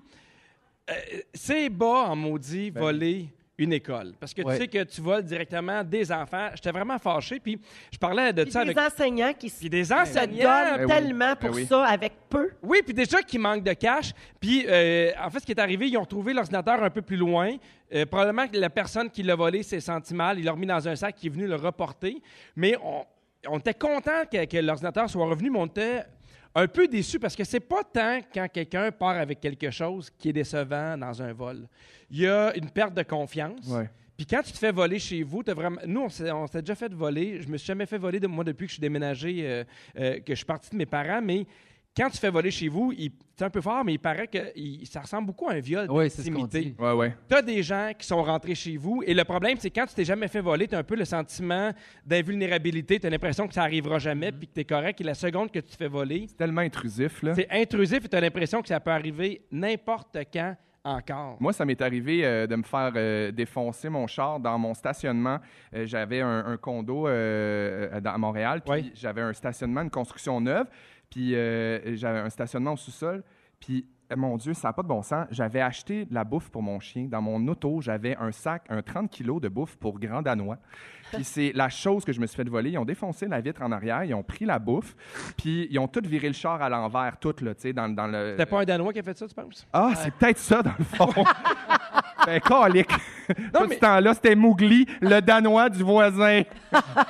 S3: euh, c'est bas en maudit voler une école. Parce que
S9: Ben Ouais.
S3: tu sais que tu voles directement des enfants. J'étais vraiment fâché. Puis je parlais de
S1: Puis
S3: ça
S1: des
S3: avec...
S1: enseignants qui se
S3: Puis des
S1: se
S3: enseignants,
S2: Ben
S1: donnent
S2: oui.
S1: tellement pour
S2: Ben oui.
S1: ça avec peu.
S3: Oui, puis déjà qu'ils manquent de cash. Puis, euh, en fait, ce qui est arrivé, ils ont trouvé l'ordinateur un peu plus loin. Euh, probablement que la personne qui l'a volé s'est sentie mal. Il l'a remis dans un sac qui est venu le reporter. Mais on, on était content que, que l'ordinateur soit revenu, mais on était un peu déçu parce que c'est pas tant quand quelqu'un part avec quelque chose qui est décevant dans un vol. Il y a une perte de confiance.
S2: Ouais.
S3: Puis quand tu te fais voler chez vous, t'as vraiment. Nous, on s'est, on s'est déjà fait voler. Je me suis jamais fait voler de moi depuis que je suis déménagé, euh, euh, que je suis parti de mes parents, mais. Quand tu te fais voler chez vous, il- c'est un peu fort, mais il paraît que il- ça ressemble beaucoup à un viol
S9: Oui, c'est ce qu'on
S3: d'intimité.
S9: dit.
S2: Ouais, ouais.
S3: T'as des gens qui sont rentrés chez vous et le problème, c'est quand tu t'es jamais fait voler, t'as un peu le sentiment d'invulnérabilité, t'as l'impression que ça arrivera jamais puis que t'es correct et la seconde que tu te fais voler,
S2: Tellement intrusif, là.
S3: c'est intrusif et t'as l'impression que ça peut arriver n'importe quand encore.
S2: Moi, ça m'est arrivé euh, de me faire euh, défoncer mon char dans mon stationnement. Euh, j'avais un, un condo euh, euh, dans- à Montréal, puis
S3: Ouais.
S2: j'avais un stationnement, une construction neuve, puis euh, j'avais un stationnement au sous-sol. Puis Eh, Mon Dieu, ça n'a pas de bon sens. J'avais acheté de la bouffe pour mon chien. Dans mon auto, j'avais un sac, un 30 kilos de bouffe pour Grand Danois. Puis c'est la chose que je me suis fait voler. Ils ont défoncé la vitre en arrière, ils ont pris la bouffe, puis ils ont tout viré le char à l'envers, tout, là, tu sais, dans, dans le...
S3: C'était pas un Danois qui a fait ça, tu penses?
S2: Ah, c'est peut-être ça, dans le fond. ben, calique. Tout
S3: mais-
S2: ce temps-là, c'était Mougli, le Danois du voisin.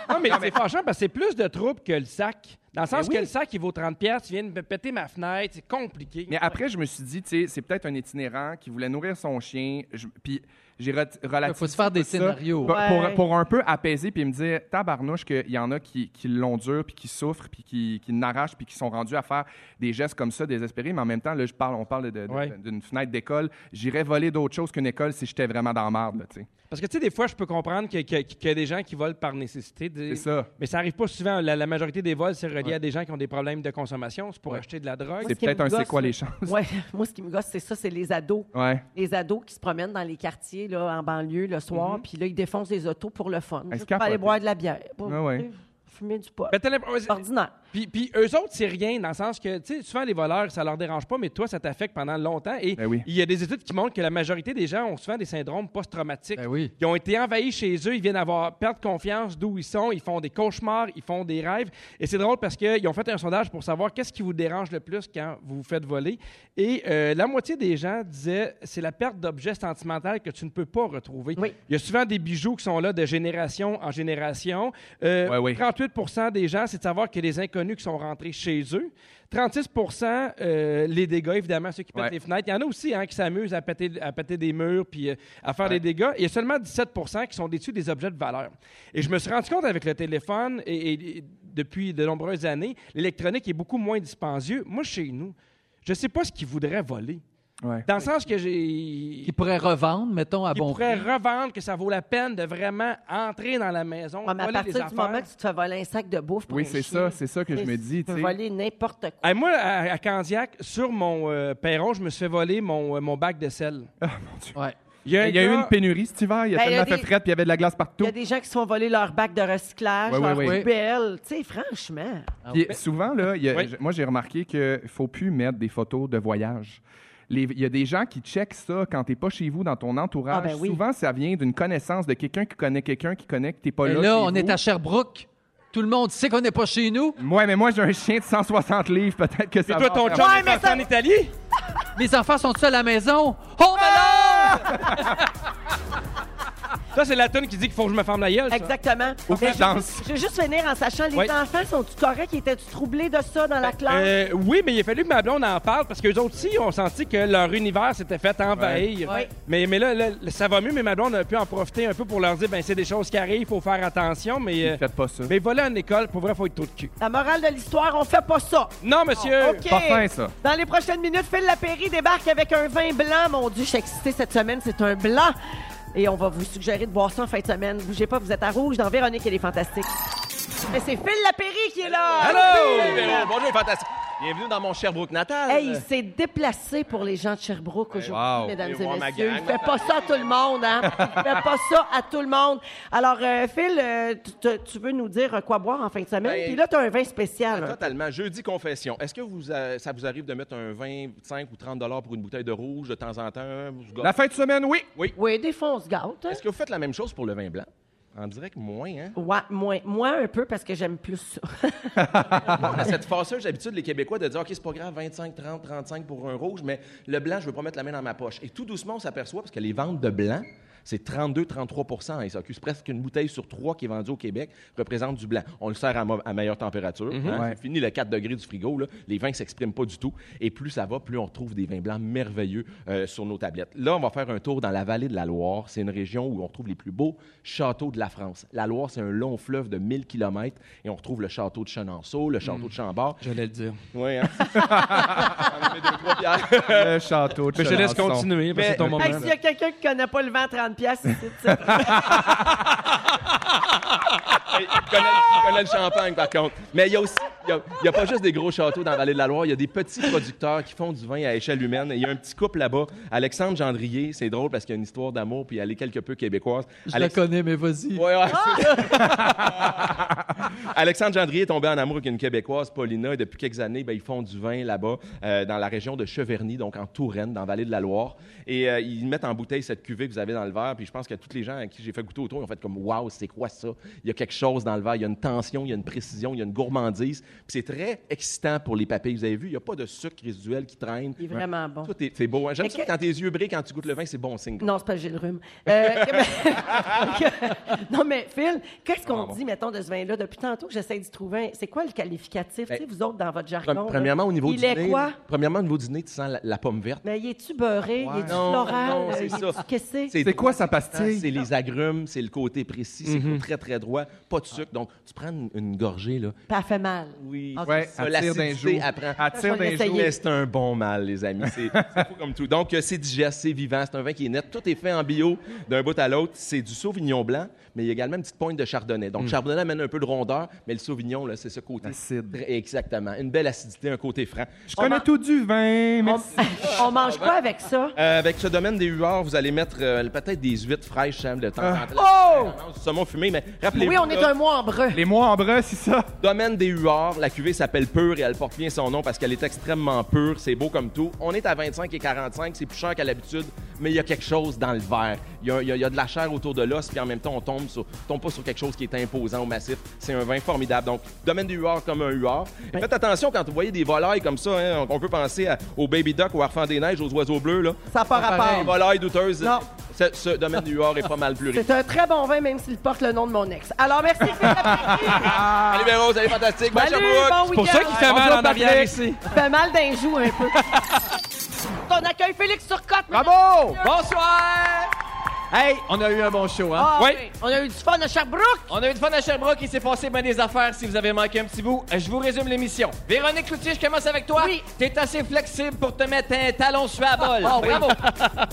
S3: Non, mais Ben c'est fâchant parce que c'est plus de troubles que le sac. Dans le sens
S2: oui.
S3: que le sac, il vaut 30 pièces, tu viens de me péter ma fenêtre, c'est compliqué.
S2: Mais après, je me suis dit, tu sais, c'est peut-être un itinérant qui voulait nourrir son chien. Je- Puis j'ai re- relativisé
S9: Il faut se faire des
S2: ben, ça
S9: scénarios.
S2: pour-
S1: Ouais.
S2: Pour, pour un peu apaiser puis me dire, tabarnouche, qu'il y en a qui, qui l'ondurent, puis qui souffrent, puis qui, qui n'arrachent, puis qui sont rendus à faire des gestes comme ça désespérés. Mais en même temps, là, je parle, on parle de- de-
S3: Ouais.
S2: d'une fenêtre d'école. J'irais voler d'autres choses qu'une école si j'étais vraiment dans la marde, là, tu sais.
S3: Parce que, tu sais, des fois, je peux comprendre que- que- que- qu'il y a des gens qui volent par nécessité. des-
S2: C'est ça.
S3: Mais ça arrive pas souvent. La, la majorité des vols, c'est relié à des gens qui ont des problèmes de consommation. C'est pour
S2: Ouais.
S3: acheter de la drogue.
S2: C'est
S1: qui me
S2: peut-être un c'est
S1: gosse,
S2: quoi
S1: là.
S2: les chances.
S1: Ouais, moi, ce qui me gosse, c'est ça, c'est les ados.
S2: Ouais.
S1: Les ados qui se promènent dans les quartiers, là, en banlieue, le
S2: Mhm.
S1: soir, puis là, ils défoncent les autos pour le fun. Juste pour
S2: capotent.
S1: aller boire de la bière. Pour,
S2: Ah ouais.
S1: Fumer du pot.
S3: Mais t'as l'impression-
S1: C'est ordinaire.
S3: Puis, puis eux autres, c'est rien, dans le sens que, tu sais, souvent les voleurs, ça leur dérange pas, mais toi, ça t'affecte pendant longtemps. Et il
S2: Ben oui.
S3: y a des études qui montrent que la majorité des gens ont souvent des syndromes post-traumatiques.
S9: Ben oui.
S3: Ils ont été envahis chez eux, ils viennent avoir perdre confiance d'où ils sont, ils font des cauchemars, ils font des rêves. Et c'est drôle parce qu'ils ont fait un sondage pour savoir qu'est-ce qui vous dérange le plus quand vous vous faites voler. Et euh, la moitié des gens disaient c'est la perte d'objets sentimentaux que tu ne peux pas retrouver.
S1: Oui.
S3: Il y a souvent des bijoux qui sont là de génération en génération. Euh,
S2: Ouais, oui.
S3: 38 des gens, c'est de savoir que les inconnus qui sont rentrés chez eux. 36 euh, les dégâts, évidemment, ceux qui pètent
S2: Ouais.
S3: les fenêtres. Il y en a aussi hein, qui s'amusent à péter, à péter des murs puis euh, à faire des dégâts. Il y a seulement 17 qui sont déçus des objets de valeur. Et je me suis rendu compte avec le téléphone, et, et- et depuis de nombreuses années, l'électronique est beaucoup moins dispendieux. Moi, chez nous, je ne sais pas ce qu'ils voudraient voler.
S2: Ouais.
S3: Dans le sens que j'ai
S9: Qui pourrait revendre, mettons, à
S3: qui
S9: bon
S3: pourrait
S9: prix.
S3: revendre, que ça vaut la peine de vraiment entrer dans la maison,
S1: Ouais, mais à
S3: voler les
S1: partir du moment
S3: affaires.
S1: que tu te fais voler un sac de bouffe pour
S2: Oui,
S1: un
S2: c'est
S1: chien,
S2: ça, c'est ça que je me dis,
S1: Tu
S2: tu
S1: peux
S2: sais.
S1: voler n'importe quoi.
S3: Hey, Ah, moi, à, à Candiac, sur mon euh, perron, je me suis fait voler mon, euh, mon bac de sel.
S9: Ouais.
S3: Il
S2: Il
S3: y
S2: y a eu
S3: gars-
S2: une pénurie cet hiver, il y a
S1: Ben, il y a
S2: tellement fait
S1: des-
S2: fret, puis il y avait de la glace
S1: Il
S2: partout.
S1: y a des gens qui se font voler leur bac de recyclage,
S2: Ouais, ouais,
S1: leur
S2: ouais.
S1: poubelle. Tu sais, franchement.
S2: Puis souvent, là, il y a-
S3: Oui.
S2: j- moi, j'ai remarqué qu'il ne faut plus mettre des photos de voyage. Les- Il y a des gens qui checkent ça quand tu n'es pas chez vous, dans ton entourage.
S1: Ah, ben oui.
S2: Souvent, ça vient d'une connaissance de quelqu'un qui connaît quelqu'un qui connaît que tu n'es pas
S9: Et
S2: là.
S9: là,
S2: chez
S9: on est
S2: vous.
S9: à Sherbrooke. Tout le monde sait qu'on n'est pas chez nous.
S2: Ouais, mais moi, j'ai un chien de 160 livres. Peut-être que
S3: Puis
S2: ça va
S3: toi, ton
S2: faire-
S3: chum est parti en Italie?
S9: Les enfants sont seuls à la maison. Home alone!
S3: Ça, c'est la tonne qui dit qu'il faut que je me ferme la gueule, ça.
S1: Exactement.
S2: Ou
S1: Mais
S2: qu'il danse.
S1: Je veux juste finir en sachant, les
S3: Ouais.
S1: enfants sont-tu corrects? Étaient-tu troublés de ça dans la classe?
S3: Euh, oui, mais il a fallu que ma blonde en parle parce qu'eux autres aussi ont senti que leur univers s'était fait envahir.
S1: Ouais.
S3: Mais, mais là, là, ça va mieux, mais ma blonde a pu en profiter un peu pour leur dire ben c'est des choses qui arrivent, faut faire attention, mais, euh,
S2: Faites pas ça.
S3: mais voler en école, pour vrai, faut être tout de cul.
S1: La morale de l'histoire, on fait pas ça.
S3: Non, monsieur!
S1: Oh, OK.
S2: Pas fin, ça.
S1: Dans les prochaines minutes, Phil Lapéry débarque avec un vin blanc. Mon Dieu, je suis excitée cette semaine. C'est un blanc. Et on va vous suggérer de boire ça en fin de semaine. Bougez pas, vous êtes à rouge dans Véronique et les Fantastiques. Mais c'est Phil Lapéry qui est là.
S3: Allô!
S11: Bonjour, fantastique. Bienvenue dans mon Sherbrooke natal.
S1: Hey, il s'est déplacé pour les gens de Sherbrooke aujourd'hui,
S2: wow.
S1: mesdames
S11: Allez voir
S1: et
S11: ma
S1: messieurs.
S11: gang.
S1: Il fait pas ça à tout le monde, hein? Il fait pas ça à tout le monde. Alors, euh, Phil, euh, tu- tu- tu veux nous dire quoi boire en fin de semaine?
S11: Ben,
S1: Puis là, tu as un vin spécial. hein.
S11: Totalement. Jeudi confession. Est-ce que vous, euh, ça vous arrive de mettre un 25 ou 30 dollars pour une bouteille de rouge de temps en temps? Vous vous gâtez?
S2: La fin de semaine, oui.
S1: Oui, des fois, on se gâte. hein.
S11: Est-ce que vous faites la même chose pour le vin blanc? En direct, moins, hein?
S1: Ouais, moi, moi, un peu, parce que j'aime plus ça.
S11: On a cette fâcheuse habitude, les Québécois, de dire OK, c'est pas grave, 25, 30, 35 pour un rouge, mais le blanc, je veux pas mettre la main dans ma poche. Et tout doucement, on s'aperçoit, parce que les ventes de blanc, c'est 32-33 hein, ça occupe presque une bouteille sur trois qui est vendue au Québec, représente du blanc. On le sert à, mo- à meilleure température. hein,
S2: Ouais.
S11: c'est Fini le 4 degrés du frigo, là, les vins ne s'expriment pas du tout. Et plus ça va, plus on trouve des vins blancs merveilleux euh, sur nos tablettes. Là, on va faire un tour dans la vallée de la Loire. C'est une région où on retrouve les plus beaux châteaux de la France. La Loire, c'est un long fleuve de 1000 km et on retrouve le château de Chenonceau, le château de Chambord.
S3: J'allais le dire.
S11: Hmm. Oui, hein? On en met deux, trois pierres.
S2: Le château de
S3: Mais Euh, je te laisse
S2: Charançon.
S3: continuer, parce que c'est ton moment.
S1: Hey, S'il y a quelqu'un qui connaît pas le vent à 30 pièces, c'est
S11: Il connaît, il connaît le champagne, par contre. Mais il y a aussi
S3: Il n'y a, pas juste des gros châteaux dans la vallée de la Loire, il y a des petits producteurs qui font du vin à échelle humaine. Et Il y a un petit couple là-bas, Alexandre Gendrier, c'est drôle parce qu'il y a une histoire d'amour, puis elle est quelque peu québécoise.
S12: Je
S3: Alex-
S12: la connais, mais vas-y.
S3: Ouais, ouais,
S1: Ah!
S3: Alexandre Gendrier est tombé en amour avec une Québécoise, Paulina, et depuis quelques années, ben, ils font du vin là-bas, euh, dans la région de Cheverny, donc en Touraine, dans la vallée de la Loire. Et euh, ils mettent en bouteille cette cuvée que vous avez dans le verre. Puis je pense que tous les gens à qui j'ai fait goûter autour, ils ont fait comme Waouh, c'est quoi ça Il y a quelque chose dans le verre, il y a une tension, il y a une précision, il y a une gourmandise. Puis c'est très excitant pour les papilles. Vous avez vu, il n'y a pas de sucre résiduel qui traîne.
S1: Il est vraiment bon.
S3: Toi, t'es- c'est beau. hein? J'aime
S1: Mais
S3: ça
S1: que-
S3: quand tes yeux brillent, quand tu goûtes le vin, c'est bon signe.
S1: Non, c'est pas j'ai le rhume. Euh, que- non, mais Phil, qu'est-ce qu'on
S3: Ah, bon.
S1: dit, mettons, de ce vin-là? Depuis tantôt que j'essaie d'y trouver un. C'est quoi le qualificatif,
S3: Ben,
S1: tu sais, vous autres, dans votre jargon?
S3: Pre-
S1: là?
S3: Premièrement, au niveau
S1: Il
S3: du
S1: est
S3: nez,
S1: quoi?
S3: premièrement, au niveau du nez, tu sens la, la pomme verte.
S1: Mais il est-tu beurré? Il est-tu
S3: Non,
S1: floral?
S3: non,
S1: Il
S3: c'est
S1: est-tu-
S3: ça.
S1: Qu'est-ce que c'est?
S3: C'est
S2: quoi sa pastille?
S3: C'est les agrumes, c'est le côté précis,
S1: Mm-hmm.
S3: c'est très très droit, pas de sucre. Donc tu prends une, une gorgée là.
S1: Pas fait mal.
S3: Oui.
S1: Ok.
S2: Ouais,
S3: Ça,
S2: attire d'un
S3: l'acidité
S2: jour.
S3: apprend.
S1: Ça,
S2: Attire
S1: je vais
S2: d'un jour.
S1: l'essayer.
S3: Mais c'est un bon mal, les amis. C'est c'est fou comme tout. Donc, euh, c'est digeste, c'est vivant, c'est un vin qui est net. Tout est fait en bio d'un bout à l'autre. C'est du sauvignon blanc, mais il y a également une petite pointe de chardonnay. Donc, chardonnay amène un peu de rondeur, mais le sauvignon, là, c'est ce côté.
S2: Acide.
S3: Très- Exactement. Une belle acidité, un côté franc.
S2: Je connais tout du vin, merci.
S1: On mange quoi avec ça?
S3: Euh, avec ce domaine des huards, vous allez mettre euh, peut-être des huîtres fraîches, Sam, de temps en temps.
S1: Oh!
S3: Non, du saumon fumé, mais rappelez-vous,
S1: Oui, on est
S3: là,
S1: un mois en breu.
S2: Les mois en bras, c'est ça.
S3: domaine des huards, la cuvée s'appelle Pure et elle porte bien son nom parce qu'elle est extrêmement pure, c'est beau comme tout. On est à 25 et 45, c'est plus cher qu'à l'habitude, mais il y a quelque chose dans le verre. Il y a, il y a- il y a de la chair autour de l'os, puis en même temps, on tombe, sur, tombe pas sur quelque chose qui est imposant ou massif. C'est un vin formidable. Donc, domaine des huards comme un huard. Et faites attention quand vous voyez des volailles comme ça, hein, on, on peut penser à- au baby duck, au harfang des neiges, aux oiseaux bleus, là.
S1: Ça part à
S3: Les
S1: part.
S3: volailles douteuses,
S1: Non.
S3: ce, ce domaine du huard est pas mal plus riche.
S1: C'est un très bon vin, même s'il porte le nom de mon ex. Alors, merci, Phil. Lapéry.
S3: Allez, Véro, vous allez fantastique. Bye,
S1: Salut,
S3: Sherbrooke.
S1: bon
S13: pour ça
S1: week-end.
S13: qu'il fait mal en arrière ici.
S1: fait mal d'un joue un peu. On accueille Félix Turcotte.
S2: Bravo!
S9: Bonsoir! Hey, on a eu un bon show, hein?
S1: Ah,
S13: Oui.
S1: oui. On a eu du fun à Sherbrooke.
S9: On a eu du fun à Sherbrooke, il s'est passé bien des affaires. Si vous avez manqué un petit bout, je vous résume l'émission. Véronique Cloutier, je commence avec toi.
S1: Oui.
S9: T'es assez flexible pour te mettre un talon sur la bolle.
S1: Ah, oui.
S9: Bravo.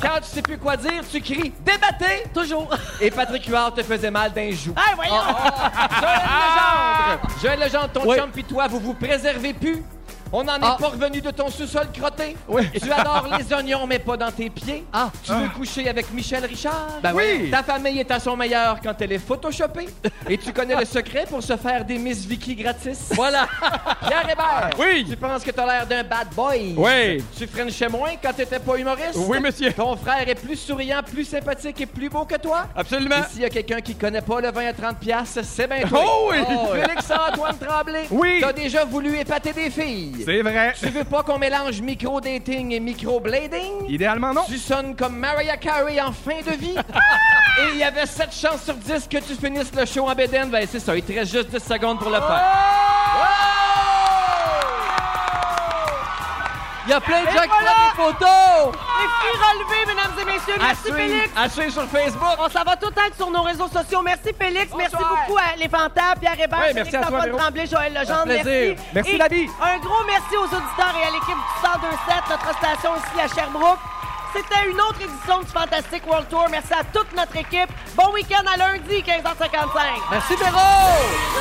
S9: Quand tu sais plus quoi dire, tu cries « Débattez!
S1: Toujours. »
S9: Et Patrick Huard te faisait mal d'un joue.
S1: Ah, voyons.
S9: Joël Legendre! Oh, Joël Legendre, ton chum pis toi, vous vous préservez plus? On n'en est pas revenu de ton sous-sol crotté? Tu adores les oignons, mais pas dans tes pieds?
S12: Ah.
S9: Tu veux coucher avec Michel Richard?
S12: Ben oui.
S9: Ta famille est à son meilleur quand elle est photoshopée. Et tu connais le secret pour se faire des Miss Vicky gratis? Voilà! Pierre Hébert!
S13: Oui.
S9: Tu penses que t'as l'air d'un bad boy?
S13: Oui.
S9: Tu freines chez moi quand t'étais pas humoriste?
S13: Oui, monsieur.
S9: Ton frère est plus souriant, plus sympathique et plus beau que toi?
S13: Absolument.
S3: Ah.
S9: Et s'il y a quelqu'un qui connaît pas le vin à 30$, piastres, c'est bien toi.
S13: Oh oui.
S9: Félix-Antoine Tremblay,
S2: Oui.
S9: t'as déjà voulu épater des filles.
S2: C'est vrai.
S9: Tu veux pas qu'on mélange micro-dating et micro-blading?
S2: Idéalement, non.
S9: Tu sonnes comme Mariah Carey en fin de vie. et il y avait 7 chances sur 10 que tu finisses le show en bédaine. Ben, c'est ça, il te reste juste 10 secondes pour le faire.
S12: Il y a plein de gens qui
S1: voilà!
S12: prennent des photos!
S1: Les filles relevées, mesdames et messieurs.
S9: À
S1: Merci,
S9: suivre-
S1: Félix.
S9: à suivre sur Facebook.
S1: On s'en va tout être sur nos réseaux sociaux. Merci, Félix. Merci
S9: Bonsoir.
S1: beaucoup à Les Fantas, Pierre Hébert,
S13: Ouais,
S1: Félix
S13: merci à toi,
S1: Antoine
S13: Véro.
S1: Tremblay, Joël Legendre.
S12: Un plaisir.
S1: Merci.
S2: Merci,
S1: Et
S2: Dabi.
S1: Un gros merci aux auditeurs et à l'équipe du 1027, notre station ici à Sherbrooke. C'était une autre édition du Fantastic World Tour. Merci à toute notre équipe. Bon week-end à lundi, 15h55.
S12: Merci, Véro!